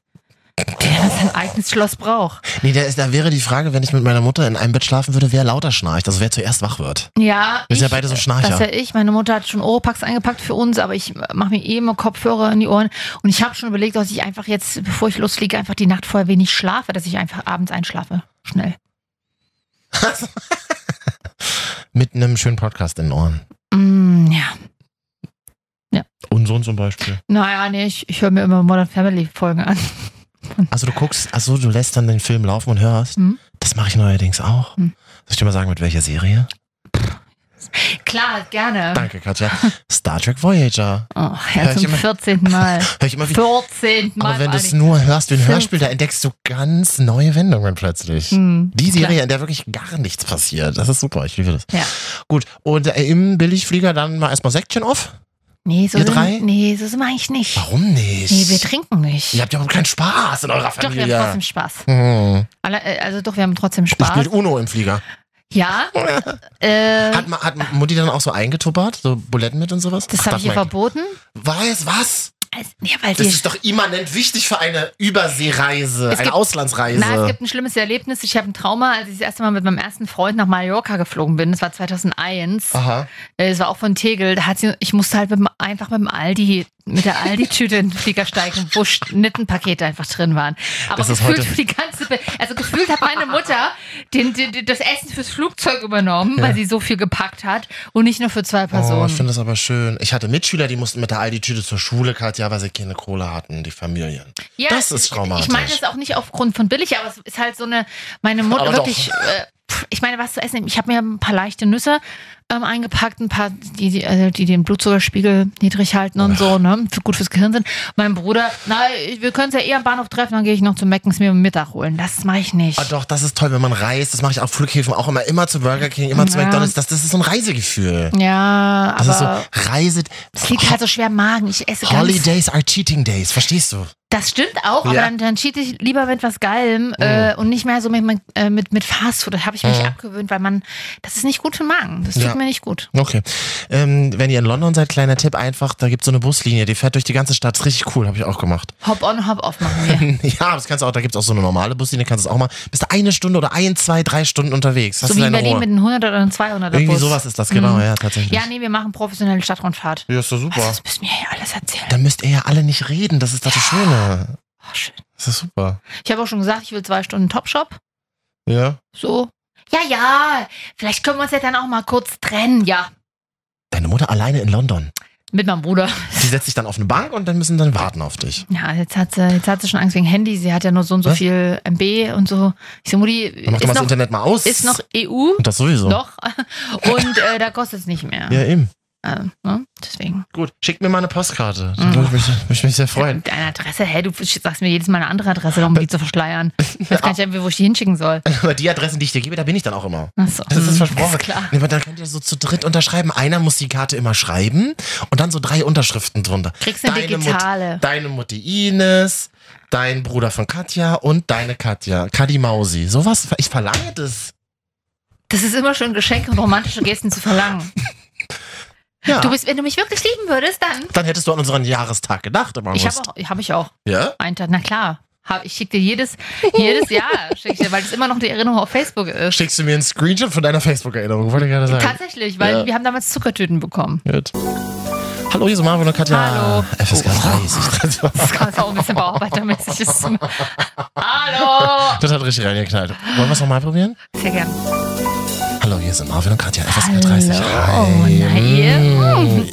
B: der sein eigenes Schloss braucht.
A: Nee, da, ist, da wäre die Frage, wenn ich mit meiner Mutter in einem Bett schlafen würde, wer lauter schnarcht, also wer zuerst wach wird. *laughs*
B: Ja,
A: Wir sind ja
B: ich- äh,
A: beide so
B: Das
A: Schnarcher.
B: wäre ich. Meine Mutter hat schon Oropax eingepackt für uns, aber ich mache mir eh immer Kopfhörer in die Ohren. Und ich habe schon überlegt, dass ich einfach jetzt, bevor ich losfliege, einfach die Nacht vorher wenig schlafe, dass ich einfach abends einschlafe. Schnell.
A: Mit einem schönen Podcast in den Ohren.
B: Mm, ja.
A: Und Sohn zum Beispiel.
B: Naja, nee, ich, ich höre mir immer Modern Family Folgen an.
A: Also du guckst, also du lässt dann den Film laufen und hörst.
B: Hm.
A: Das mache ich neuerdings auch.
B: Hm.
A: Soll ich dir mal sagen, mit welcher Serie?
B: Ah. Klar, gerne.
A: Danke,
B: *laughs*
A: Katja. Star Trek Voyager.
B: Oh,
A: Hör
B: ja,
A: ich
B: zum
A: immer- *laughs*
B: 14. Mal.
A: Hör ich immer wieder.
B: 14. Mal.
A: Aber wenn du
B: vor
A: es
B: allen
A: nur hörst wie ein
B: Fünf-
A: Hörspiel, da entdeckst du ganz neue Wendungen plötzlich.
B: Dingen. Hm.
A: Die Serie,
B: Klar.
A: in der wirklich gar nichts passiert. Das ist super, ich liebe das.
B: Ja.
A: Gut, und äh, im Billigflieger dann mal erstmal Säckchen auf?
B: Nee, so
A: Ihr
B: sind,
A: drei?
B: nee, so sind wir eigentlich nicht.
A: Warum nicht?
B: Nee, wir trinken nicht.
A: Ihr habt ja überhaupt keinen Spaß in eurer
B: doch, wir haben
A: Familie.
B: trotzdem Spaß.
A: Hm.
B: Alle- äh, Also doch, wir haben trotzdem
A: Ich
B: Spaß.
A: spiele Uno im Flieger.
B: Ja. äh,
A: Hat, ma- hat Mutti dann auch so eingetuppert? So Buletten mit und sowas?
B: das
A: Ach,
B: habe ich ihr
A: darf man-
B: verboten.
A: Weiß was?
B: Also, ja, weil
A: Das
B: die,
A: ist doch immanent wichtig für eine Überseereise,
B: Es
A: eine
B: gibt-
A: Auslandsreise.
B: na, es gibt ein schlimmes Erlebnis. Ich habe ein Trauma, als ich das erste Mal mit meinem ersten Freund nach Mallorca geflogen bin. Das war 2001.
A: Aha.
B: Äh, Es war auch von Tegel. Da hat sie, ich musste halt mit, dem- einfach mit dem Aldi, mit der Aldi-Tüte in den Flieger steigen, wo Schnittenpakete einfach drin waren. Aber
A: Das ist
B: gefühlt
A: heute-
B: für die ganze, Be also gefühlt hat meine Mutter den, den, den, das Essen fürs Flugzeug übernommen, weil sie so viel gepackt hat und nicht nur für zwei
A: Oh,
B: Personen.
A: ich finde das aber schön. Ich hatte Mitschüler, die mussten mit der Aldi-Tüte zur Schule, Katja, weil sie keine Kohle hatten, die Familien.
B: Ja,
A: Das ist traumatisch.
B: Ich meine das auch nicht aufgrund von billig, aber es ist halt so eine, meine Mutter
A: Aber doch.
B: wirklich, äh, pff, ich meine, was zu essen, ich habe mir ein paar leichte Nüsse ähm, eingepackt, ein paar, die, die, äh, die den Blutzuckerspiegel niedrig halten und so, ne, für, gut fürs Gehirn sind. Mein Bruder, na, wir können es ja eh am Bahnhof treffen, dann gehe ich noch zu Meckens mir Mittag holen. Das mache ich nicht.
A: Ah, doch, das ist toll, wenn man reist. Das mache ich auf Flughäfen auch immer. Immer zu Burger King, immer zu
B: Ja.
A: McDonalds. Das, das ist so ein Reisegefühl.
B: Ja,
A: Das ist so
B: aber
A: Reise.
B: es liegt halt so schwer im Magen. Ich esse ganz
A: Holidays are cheating days, verstehst du?
B: Das stimmt auch, aber
A: Ja.
B: dann, dann cheat ich lieber mit was Geilem äh, und nicht mehr so mit, äh, mit, mit Fastfood. Das habe ich mich
A: Mhm.
B: abgewöhnt, weil man, das ist nicht gut für den Magen. Das tut
A: Ja.
B: mir nicht gut.
A: Okay. Ähm, wenn ihr in London seid, kleiner Tipp einfach, da gibt's so eine Buslinie, die fährt durch die ganze Stadt. Ist richtig cool, habe ich auch gemacht.
B: Hop on, hop off machen
A: *laughs*
B: wir.
A: ja, das kannst du auch, da gibt's auch so eine normale Buslinie, kannst du auch mal. Bist eine Stunde oder ein, zwei, drei Stunden unterwegs. Hast
B: so
A: du
B: wie in
A: deine
B: Berlin
A: Ruhe.
B: mit einem 100 oder einem 200er
A: Irgendwie
B: Bus.
A: sowas ist das, genau,
B: Mhm.
A: ja, tatsächlich.
B: Ja, nee, wir machen professionelle Stadtrundfahrt.
A: Ja, ist doch
B: Also,
A: super.
B: das müssen wir ja alles erzählen.
A: Dann müsst ihr ja alle nicht reden, das ist doch das Schöne.
B: Oh, schön.
A: Das ist super.
B: Ich habe auch schon gesagt, ich will zwei Stunden Topshop.
A: Ja.
B: So. Ja, ja. Vielleicht können wir uns ja dann auch mal kurz trennen. Ja.
A: Deine Mutter alleine in London.
B: Mit meinem Bruder.
A: Die setzt sich dann auf eine Bank und dann müssen dann warten auf dich.
B: Ja, jetzt hat, sie, jetzt hat sie schon Angst wegen Handy. Sie hat ja nur so und so
A: Was?
B: viel MB und so. Ich so, Mutti,
A: Dann mach doch mal
B: ist
A: das
B: noch,
A: Internet mal aus.
B: ist noch EU,
A: Und das sowieso.
B: noch. *laughs* Und äh, da kostet es nicht mehr.
A: Ja, eben.
B: Ähm, ne? Deswegen.
A: Gut, schick mir mal eine Postkarte.
B: Mhm.
A: Da würde ich mich, würde ich mich sehr freuen.
B: Mit einer Adresse, hä, du sagst mir jedes Mal eine andere Adresse, um die
A: *laughs*
B: zu verschleiern. Ich weiß gar nicht, einfach, wo ich die hinschicken soll.
A: *laughs* Aber die Adressen, die ich dir gebe, da bin ich dann auch immer.
B: Ach so.
A: Das ist
B: Hm,
A: versprochen.
B: Ist klar.
A: Nee, aber dann könnt ihr so zu dritt unterschreiben. Einer muss die Karte immer schreiben und dann so drei Unterschriften drunter.
B: Kriegst eine
A: Deine Mut-
B: digitale.
A: Deine Mutti Ines, dein Bruder von Katja und deine Katja. Kadi Mausi. Sowas, ich verlange das.
B: Das ist immer schön, Geschenke und um romantische Gesten zu verlangen.
A: Ja.
B: Du bist, wenn du mich wirklich lieben würdest, dann.
A: dann hättest du an unseren Jahrestag gedacht im
B: Ich
A: August.
B: habe auch, hab ich auch.
A: ja?
B: Einen Tag, na klar. Hab, ich schicke dir jedes, jedes Jahr, schick ich dir, weil das immer noch die Erinnerung auf Facebook äh, ist.
A: Schickst du mir einen Screenshot von deiner Facebook-Erinnerung, wollte ich gerade sagen.
B: Tatsächlich, weil
A: Ja.
B: wir haben damals Zuckertüten bekommen.
A: Gut. Hallo, hier sind Marvin und Katja.
B: Hallo. Oh.
A: FSK 30.
B: Das ist auch ein bisschen
A: *laughs*
B: bauarbeitermäßig. Das ist- Hallo!
A: Das hat richtig reingeknallt. Wollen wir es nochmal probieren?
B: Sehr gern.
A: Hallo, hier sind Marvin und Katja, FSK
B: Hallo.
A: 30.
B: Oh, na ihr.
A: Mm.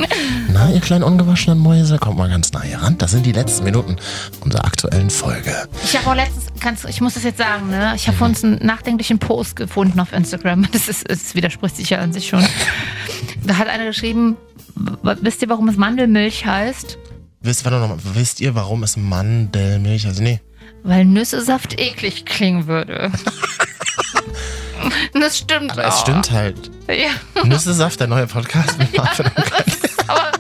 A: Na, ihr kleinen ungewaschenen Mäuse, kommt mal ganz nah hier ran. Das sind die letzten Minuten unserer aktuellen Folge.
B: Ich habe auch letztens, kannst, ich muss das jetzt sagen, ne? ich habe vor uns einen nachdenklichen Post gefunden auf Instagram. Das, ist, es widerspricht sich ja an sich schon. Da hat einer geschrieben, w- wisst ihr, warum es Mandelmilch heißt?
A: Wisst, warte noch mal, wisst ihr, warum es Mandelmilch, also nee,
B: Weil Nüssesaft eklig
A: *laughs*
B: klingen würde. Und das stimmt
A: aber
B: auch.
A: es stimmt halt.
B: Ja,
A: Nüsse Saft, der neue Podcast mit Marvin und
B: *laughs* aber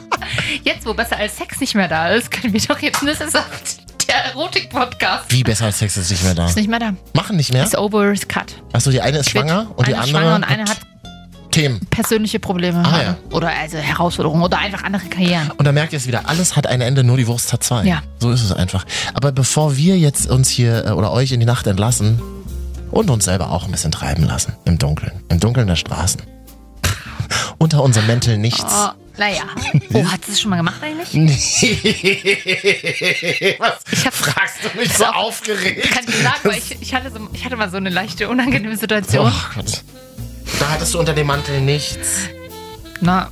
B: jetzt, wo besser als Sex nicht mehr da ist, können wir doch jetzt Nüssesaft, der Erotik-Podcast.
A: Wie besser als Sex ist nicht mehr da.
B: Ist nicht mehr da.
A: Machen nicht mehr?
B: Ist over, ist cut.
A: Achso, die eine ist
B: Quit.
A: schwanger und die
B: Eine ist
A: andere
B: schwanger und eine
A: hat
B: hat
A: Themen.
B: persönliche Probleme
A: Ah,
B: haben. Oder also Herausforderungen oder einfach andere Karrieren.
A: Und da merkt ihr es wieder, alles hat ein Ende, nur die Wurst hat zwei.
B: Ja.
A: So ist es einfach. Aber bevor wir jetzt uns hier äh, oder euch in die Nacht entlassen und uns selber auch ein bisschen treiben lassen, im Dunkeln, im Dunkeln der Straßen, *laughs* unter unserem Mäntel nichts. *laughs*
B: Oh, naja. Oh, hat sie es schon mal gemacht eigentlich?
A: Nee, was
B: Ich hab-
A: fragst du mich so
B: Doch.
A: aufgeregt?
B: Kann ich sagen, weil ich, ich, hatte so, ich hatte mal so eine leichte, unangenehme Situation.
A: Oh Gott. Da hattest du unter dem Mantel nichts.
B: Na,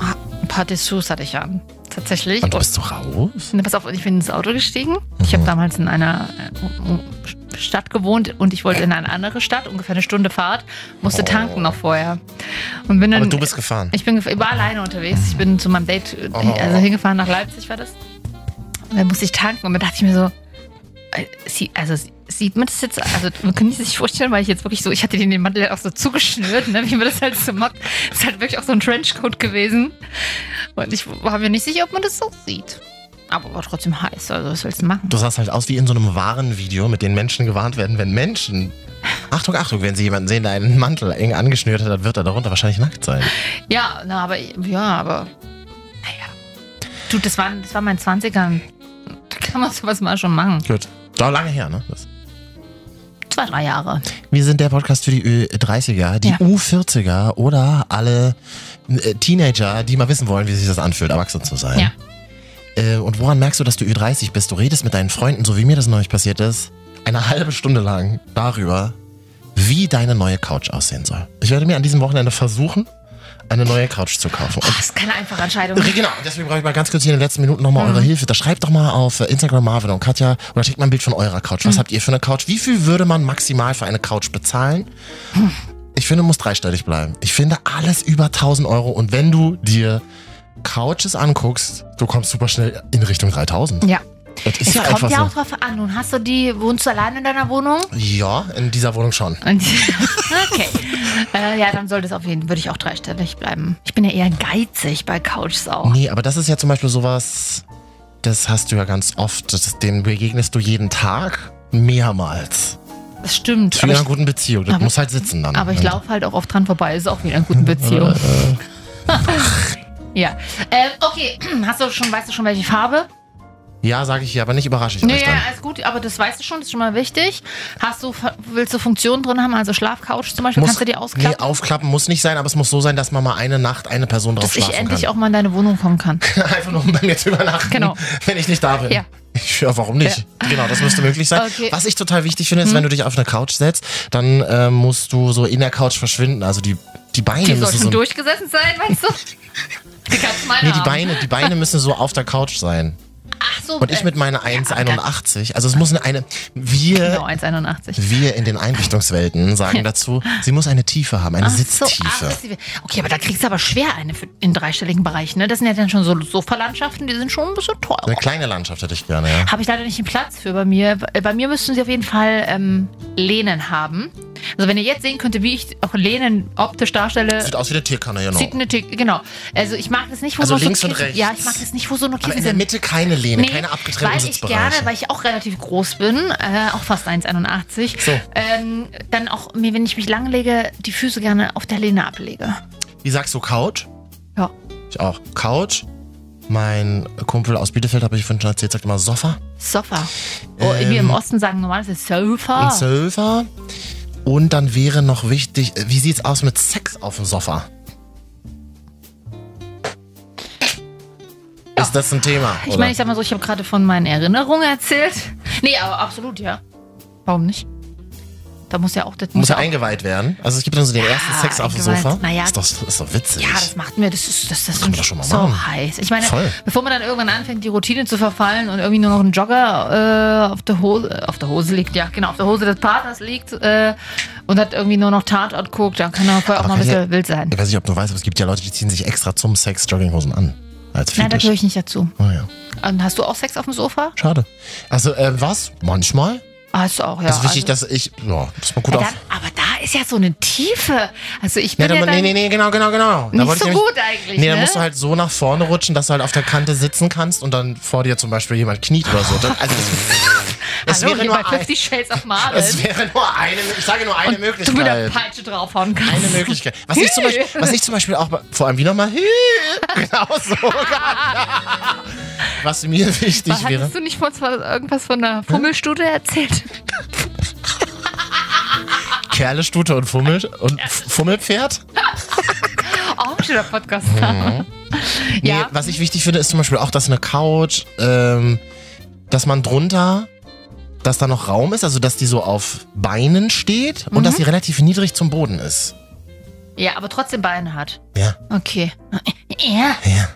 B: ah, ein paar Dessous hatte ich an. Tatsächlich.
A: Und Mhm. bist du raus?
B: Na, pass auf, ich bin ins Auto gestiegen. Ich habe damals in einer äh, Stadt gewohnt und ich wollte in eine andere Stadt, ungefähr eine Stunde Fahrt, musste tanken noch vorher. Und bin dann,
A: Oh. Aber du bist gefahren.
B: Ich bin gef- ich war alleine unterwegs. Ich bin zu meinem Date, äh,
A: Oh.
B: also hingefahren nach Leipzig war das. Und dann musste ich tanken und dann dachte ich mir so, äh, sie, also sie- sieht man das jetzt, also man kann sich nicht vorstellen, weil ich jetzt wirklich so, ich hatte den den Mantel auch so zugeschnürt, ne, wie man das halt so macht. Ist halt wirklich auch so ein Trenchcoat gewesen. Und ich war mir nicht sicher, ob man das so sieht. Aber war trotzdem heiß, also was willst du machen?
A: Du sahst halt aus wie in so einem Warnvideo, mit dem Menschen gewarnt werden, wenn Menschen. Achtung, Achtung, wenn sie jemanden sehen, der einen Mantel eng angeschnürt hat, dann wird er darunter wahrscheinlich nackt sein.
B: Ja, na, aber, ja, aber, naja. Du, das war, das war mein 20ern. Da kann man sowas mal schon machen.
A: Gut. Da lange her, ne? Das.
B: Zwei, drei Jahre.
A: Wir sind der Podcast für die Ü30er, die
B: Ja.
A: U40er oder alle äh, Teenager, die mal wissen wollen, wie sich das anfühlt, erwachsen zu sein.
B: Ja.
A: Äh, und woran merkst du, dass du Ü30 bist? Du redest mit deinen Freunden, so wie mir das neulich passiert ist, eine halbe Stunde lang darüber, wie deine neue Couch aussehen soll. Ich werde mir an diesem Wochenende versuchen, eine neue Couch zu kaufen.
B: Oh,
A: Und
B: das ist keine einfache Entscheidung.
A: Genau, deswegen brauche ich mal ganz kurz hier in den letzten Minuten nochmal
B: Mhm.
A: eure Hilfe. Da schreibt doch mal auf äh, Instagram Marvin und Katja oder schickt mal ein Bild von eurer Couch.
B: Mhm.
A: Was habt ihr für eine Couch? Wie viel würde man maximal für eine Couch bezahlen? Ich finde, muss dreistellig bleiben. Ich finde alles über 1000 Euro und wenn du dir Couches anguckst, du kommst super schnell in Richtung 3000.
B: Ja.
A: Das ist
B: Es
A: ja einfach
B: kommt ja auch
A: so.
B: drauf an. Nun hast du die, wohnst du allein in deiner
A: *laughs*
B: Wohnung?
A: Ja, in dieser Wohnung schon.
B: Und- okay. äh, ja, dann sollte es auf jeden Fall, würde ich auch dreistellig bleiben. Ich bin ja eher geizig bei Couches auch.
A: Nee, aber das ist ja zum Beispiel sowas, das hast du ja ganz oft. Das, dem begegnest du jeden Tag mehrmals.
B: Das stimmt.
A: Zu
B: Aber
A: einer
B: ich,
A: guten Beziehung. Das
B: aber-
A: muss halt sitzen dann.
B: aber ich
A: Und-
B: laufe halt auch oft dran vorbei. Ist auch wieder in
A: Äh,
B: guten Beziehungen. *laughs* ja. Ähm, okay, *clears throat* hast du schon, weißt du schon, welche Farbe?
A: Ja, sage ich ja, aber nicht überrasche ich euch
B: Nee, äh, ja,
A: dann.
B: alles gut, aber das weißt du schon, das ist schon mal wichtig. Hast du, willst du Funktionen drin haben, also Schlafcouch zum Beispiel?
A: Muss-
B: Kannst du die ausklappen?
A: Nee, aufklappen muss nicht sein, aber es muss so sein, dass man mal eine Nacht eine Person drauf
B: dass ich
A: schlafen
B: endlich
A: kann.
B: auch mal in deine Wohnung kommen kann.
A: *laughs* Einfach nur um bei mir zu übernachten,
B: Genau.
A: wenn ich nicht da bin.
B: Ja.
A: Ja, warum nicht? Genau, das müsste möglich sein.
B: Okay. Hm?
A: Was ich total wichtig finde, ist, wenn du dich auf eine Couch setzt, dann ähm, musst du so in der Couch verschwinden. Also die, die Beine
B: Die
A: müssen
B: sollten
A: so.
B: durchgesessen sein, meinst du? Die kannst du meine
A: Nee, die
B: haben.
A: Beine, die
B: *laughs*
A: Beine müssen so auf der Couch sein.
B: Ach so, äh,
A: Und ich mit äh, meiner 1,81. Also es muss eine, eine
B: Genau,
A: wir,
B: 1,81.
A: wir in den Einrichtungswelten sagen dazu, sie muss eine Tiefe haben, eine Sitztiefe.
B: ach, das ist die- okay, aber da kriegst du aber schwer eine für, in dreistelligen Bereichen. Ne? Das sind ja dann schon so Sofalandschaften, die sind schon ein bisschen
A: Eine
B: teuer.
A: kleine Landschaft hätte ich gerne, ja.
B: Habe ich leider nicht den Platz für bei mir. Bei mir müssten sie auf jeden Fall ähm, Lehnen haben. Also wenn ihr jetzt sehen könntet, wie ich auch Lehnen optisch darstelle,
A: Sieht aus wie eine Tierkanne, genau.
B: sieht eine Tick, genau. Also ich mag das nicht, wo
A: Also
B: so
A: links und
B: Kissen-
A: rechts.
B: Ja, ich mag das nicht, wo so nur
A: Aber
B: Kissen
A: in der
B: sind.
A: Mitte keine Lehne,
B: Nee,
A: keine abgetrennten
B: weil ich
A: Sitzbereiche.
B: gerne, weil ich auch relativ groß bin, äh, auch fast 1,81,
A: So.
B: ähm, dann auch mir, wenn ich mich lang lege, die Füße gerne auf der Lehne ablege.
A: Wie sagst du Couch?
B: Ja.
A: Ich auch. Couch. Mein Kumpel aus Bielefeld, habe ich vorhin schon erzählt, sagt immer Sofa.
B: Sofa. Oh,
A: Ähm.
B: wir im Osten sagen normal, das ist Sofa.
A: Ein Sofa. Und dann wäre noch wichtig, äh, wie sieht's aus mit Sex auf dem Sofa? Ist das ein Thema?
B: ich
A: oder?
B: meine, ich sag mal so, ich habe gerade von meinen Erinnerungen erzählt. Nee, aber absolut, ja. Warum nicht? Da muss ja auch das
A: Muss ja
B: auch-
A: eingeweiht werden. Also es gibt dann so den
B: Ja,
A: ersten Sex auf dem
B: eingeweiht.
A: Sofa.
B: Naja.
A: Ist, doch, ist doch witzig.
B: Ja, das macht mir, das ist, das, das
A: Kann man
B: ist
A: doch schon mal
B: so
A: machen.
B: heiß. Ich meine,
A: Voll.
B: bevor man dann irgendwann anfängt, die Routine zu verfallen und irgendwie nur noch ein Jogger äh, auf der Hose, auf der Hose liegt, ja genau, auf der Hose des Partners liegt äh, und hat irgendwie nur noch Tatort guckt, dann kann er vorher auch
A: Aber
B: mal ein
A: kann
B: bisschen
A: ich-
B: wild sein.
A: ich weiß nicht, ob du weißt, aber es gibt ja Leute, die ziehen sich extra zum Sex Jogginghosen an. Als
B: Nein, da
A: Fetisch.
B: gehöre ich nicht dazu.
A: Naja,
B: Und hast du auch Sex auf dem Sofa?
A: schade. Also äh, was? Manchmal.
B: Ah, Hast du auch, ja.
A: ist wichtig,
B: also,
A: dass ich... Ja, das mal gut
B: ja,
A: auf...
B: dann, aber da ist ja so eine Tiefe. Also ich
A: Ja,
B: bin ja,
A: dann,
B: dann
A: nee, nee, nee, genau, genau, genau. Da
B: nicht
A: wollte
B: so
A: ich nämlich-
B: gut eigentlich,
A: Nee, dann
B: ne?
A: musst du halt so nach vorne rutschen, dass du halt auf der Kante sitzen kannst und dann vor dir zum Beispiel jemand kniet oder so. Dann, also, es,
B: Hallo,
A: wäre
B: hier bei
A: nur ein,
B: 50
A: *laughs*
B: Shades of Marvin.
A: es wäre nur eine, ich sage nur eine
B: Du mit der
A: Möglichkeit.
B: Peitsche draufhauen kannst. *laughs*
A: Eine Möglichkeit. Was ich, zum Beispiel, was ich zum Beispiel auch, bei- vor allem wie nochmal, *laughs* genau so. *laughs* was mir wichtig
B: Was,
A: wäre.
B: hattest du nicht vor irgendwas von einer Fummelstute erzählt?
A: Kerle, Stute und Fummel und Fummelpferd?
B: Auch ein schöner Podcast.
A: Mhm. Nee,
B: Ja.
A: was ich wichtig finde, ist zum Beispiel auch, dass eine Couch, ähm, dass man drunter, dass da noch Raum ist, also dass die so auf Beinen steht und
B: Mhm.
A: dass die relativ niedrig zum Boden ist.
B: Ja, aber trotzdem Beine hat.
A: Ja,
B: Okay. Ja.
A: ja.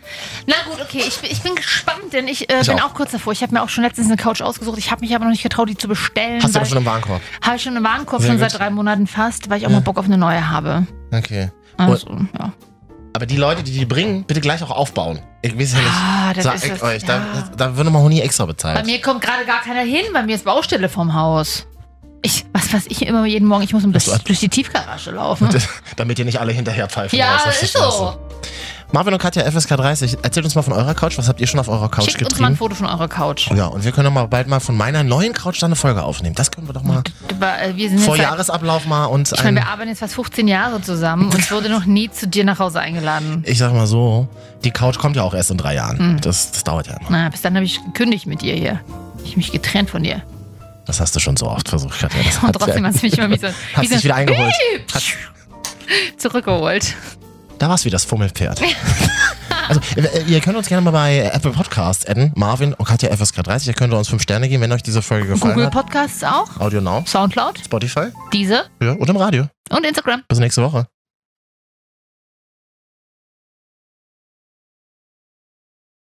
B: Na gut, okay. Ich, bin- ich bin gespannt, denn ich, äh,
A: Ich
B: bin auch.
A: auch.
B: kurz davor. Ich habe mir auch schon letztens eine Couch ausgesucht. Ich habe mich aber noch nicht getraut, die zu bestellen.
A: Hast du
B: weil-
A: doch schon im Warenkorb.
B: Habe ich schon im Warenkorb
A: Sehr
B: schon
A: gut.
B: seit drei Monaten fast, weil ich auch mal Bock auf eine neue habe.
A: Okay.
B: Also, ja.
A: Aber die Leute, die die bringen, bitte gleich auch aufbauen. Ich weiß ja nicht.
B: Ah, das
A: Sag
B: ist
A: ich
B: das-
A: euch,
B: ja.
A: da, da würde man auch nie extra bezahlt.
B: Bei mir kommt gerade gar keiner hin. Bei mir ist Baustelle vom Haus. Ich, was weiß ich immer jeden Morgen, ich muss durch,
A: Ach so.
B: durch die Tiefgarage laufen.
A: *laughs* Damit ihr nicht alle hinterher pfeifen.
B: Ja,
A: raus auf die
B: ist so.
A: Straße. Marvin und Katja, FSK 30, erzählt uns mal von eurer Couch. Was habt ihr schon auf eurer Couch
B: Schickt uns mal ein
A: getrieben?
B: Foto von eurer Couch.
A: ja, und wir können doch mal bald mal von meiner neuen Couch dann eine Folge aufnehmen. Das können wir doch mal
B: Aber, äh, Wir sind
A: vor
B: jetzt seit-
A: Jahresablauf mal uns
B: Ich meine,
A: ein.
B: wir arbeiten jetzt fast 15 Jahre zusammen und ich wurde noch nie zu dir nach Hause eingeladen.
A: Ich sag mal so, die Couch kommt ja auch erst in drei
B: Hm.
A: Jahren. Das, das dauert ja immer.
B: Na, bis dann habe ich gekündigt mit ihr hier. Ich hab mich getrennt von dir.
A: Das hast du schon so oft versucht, Katja. Das
B: *laughs* Und
A: hat
B: trotzdem
A: ja-
B: hast du mich immer wie so, wie
A: hast
B: so
A: dich wieder eingeholt. Hat,
B: zurückgeholt.
A: da war's wie das
B: *laughs*
A: Fummelpferd. Also, äh, ihr könnt uns gerne mal bei Apple Podcasts adden. Marvin und Katja FSK 30. Ihr könnt uns fünf Sterne geben, wenn euch diese Folge gefallen
B: Google
A: hat.
B: Podcasts auch,
A: Audio Now,
B: Soundcloud,
A: Spotify
B: diese
A: ja, und im Radio.
B: und Instagram.
A: Bis nächste Woche.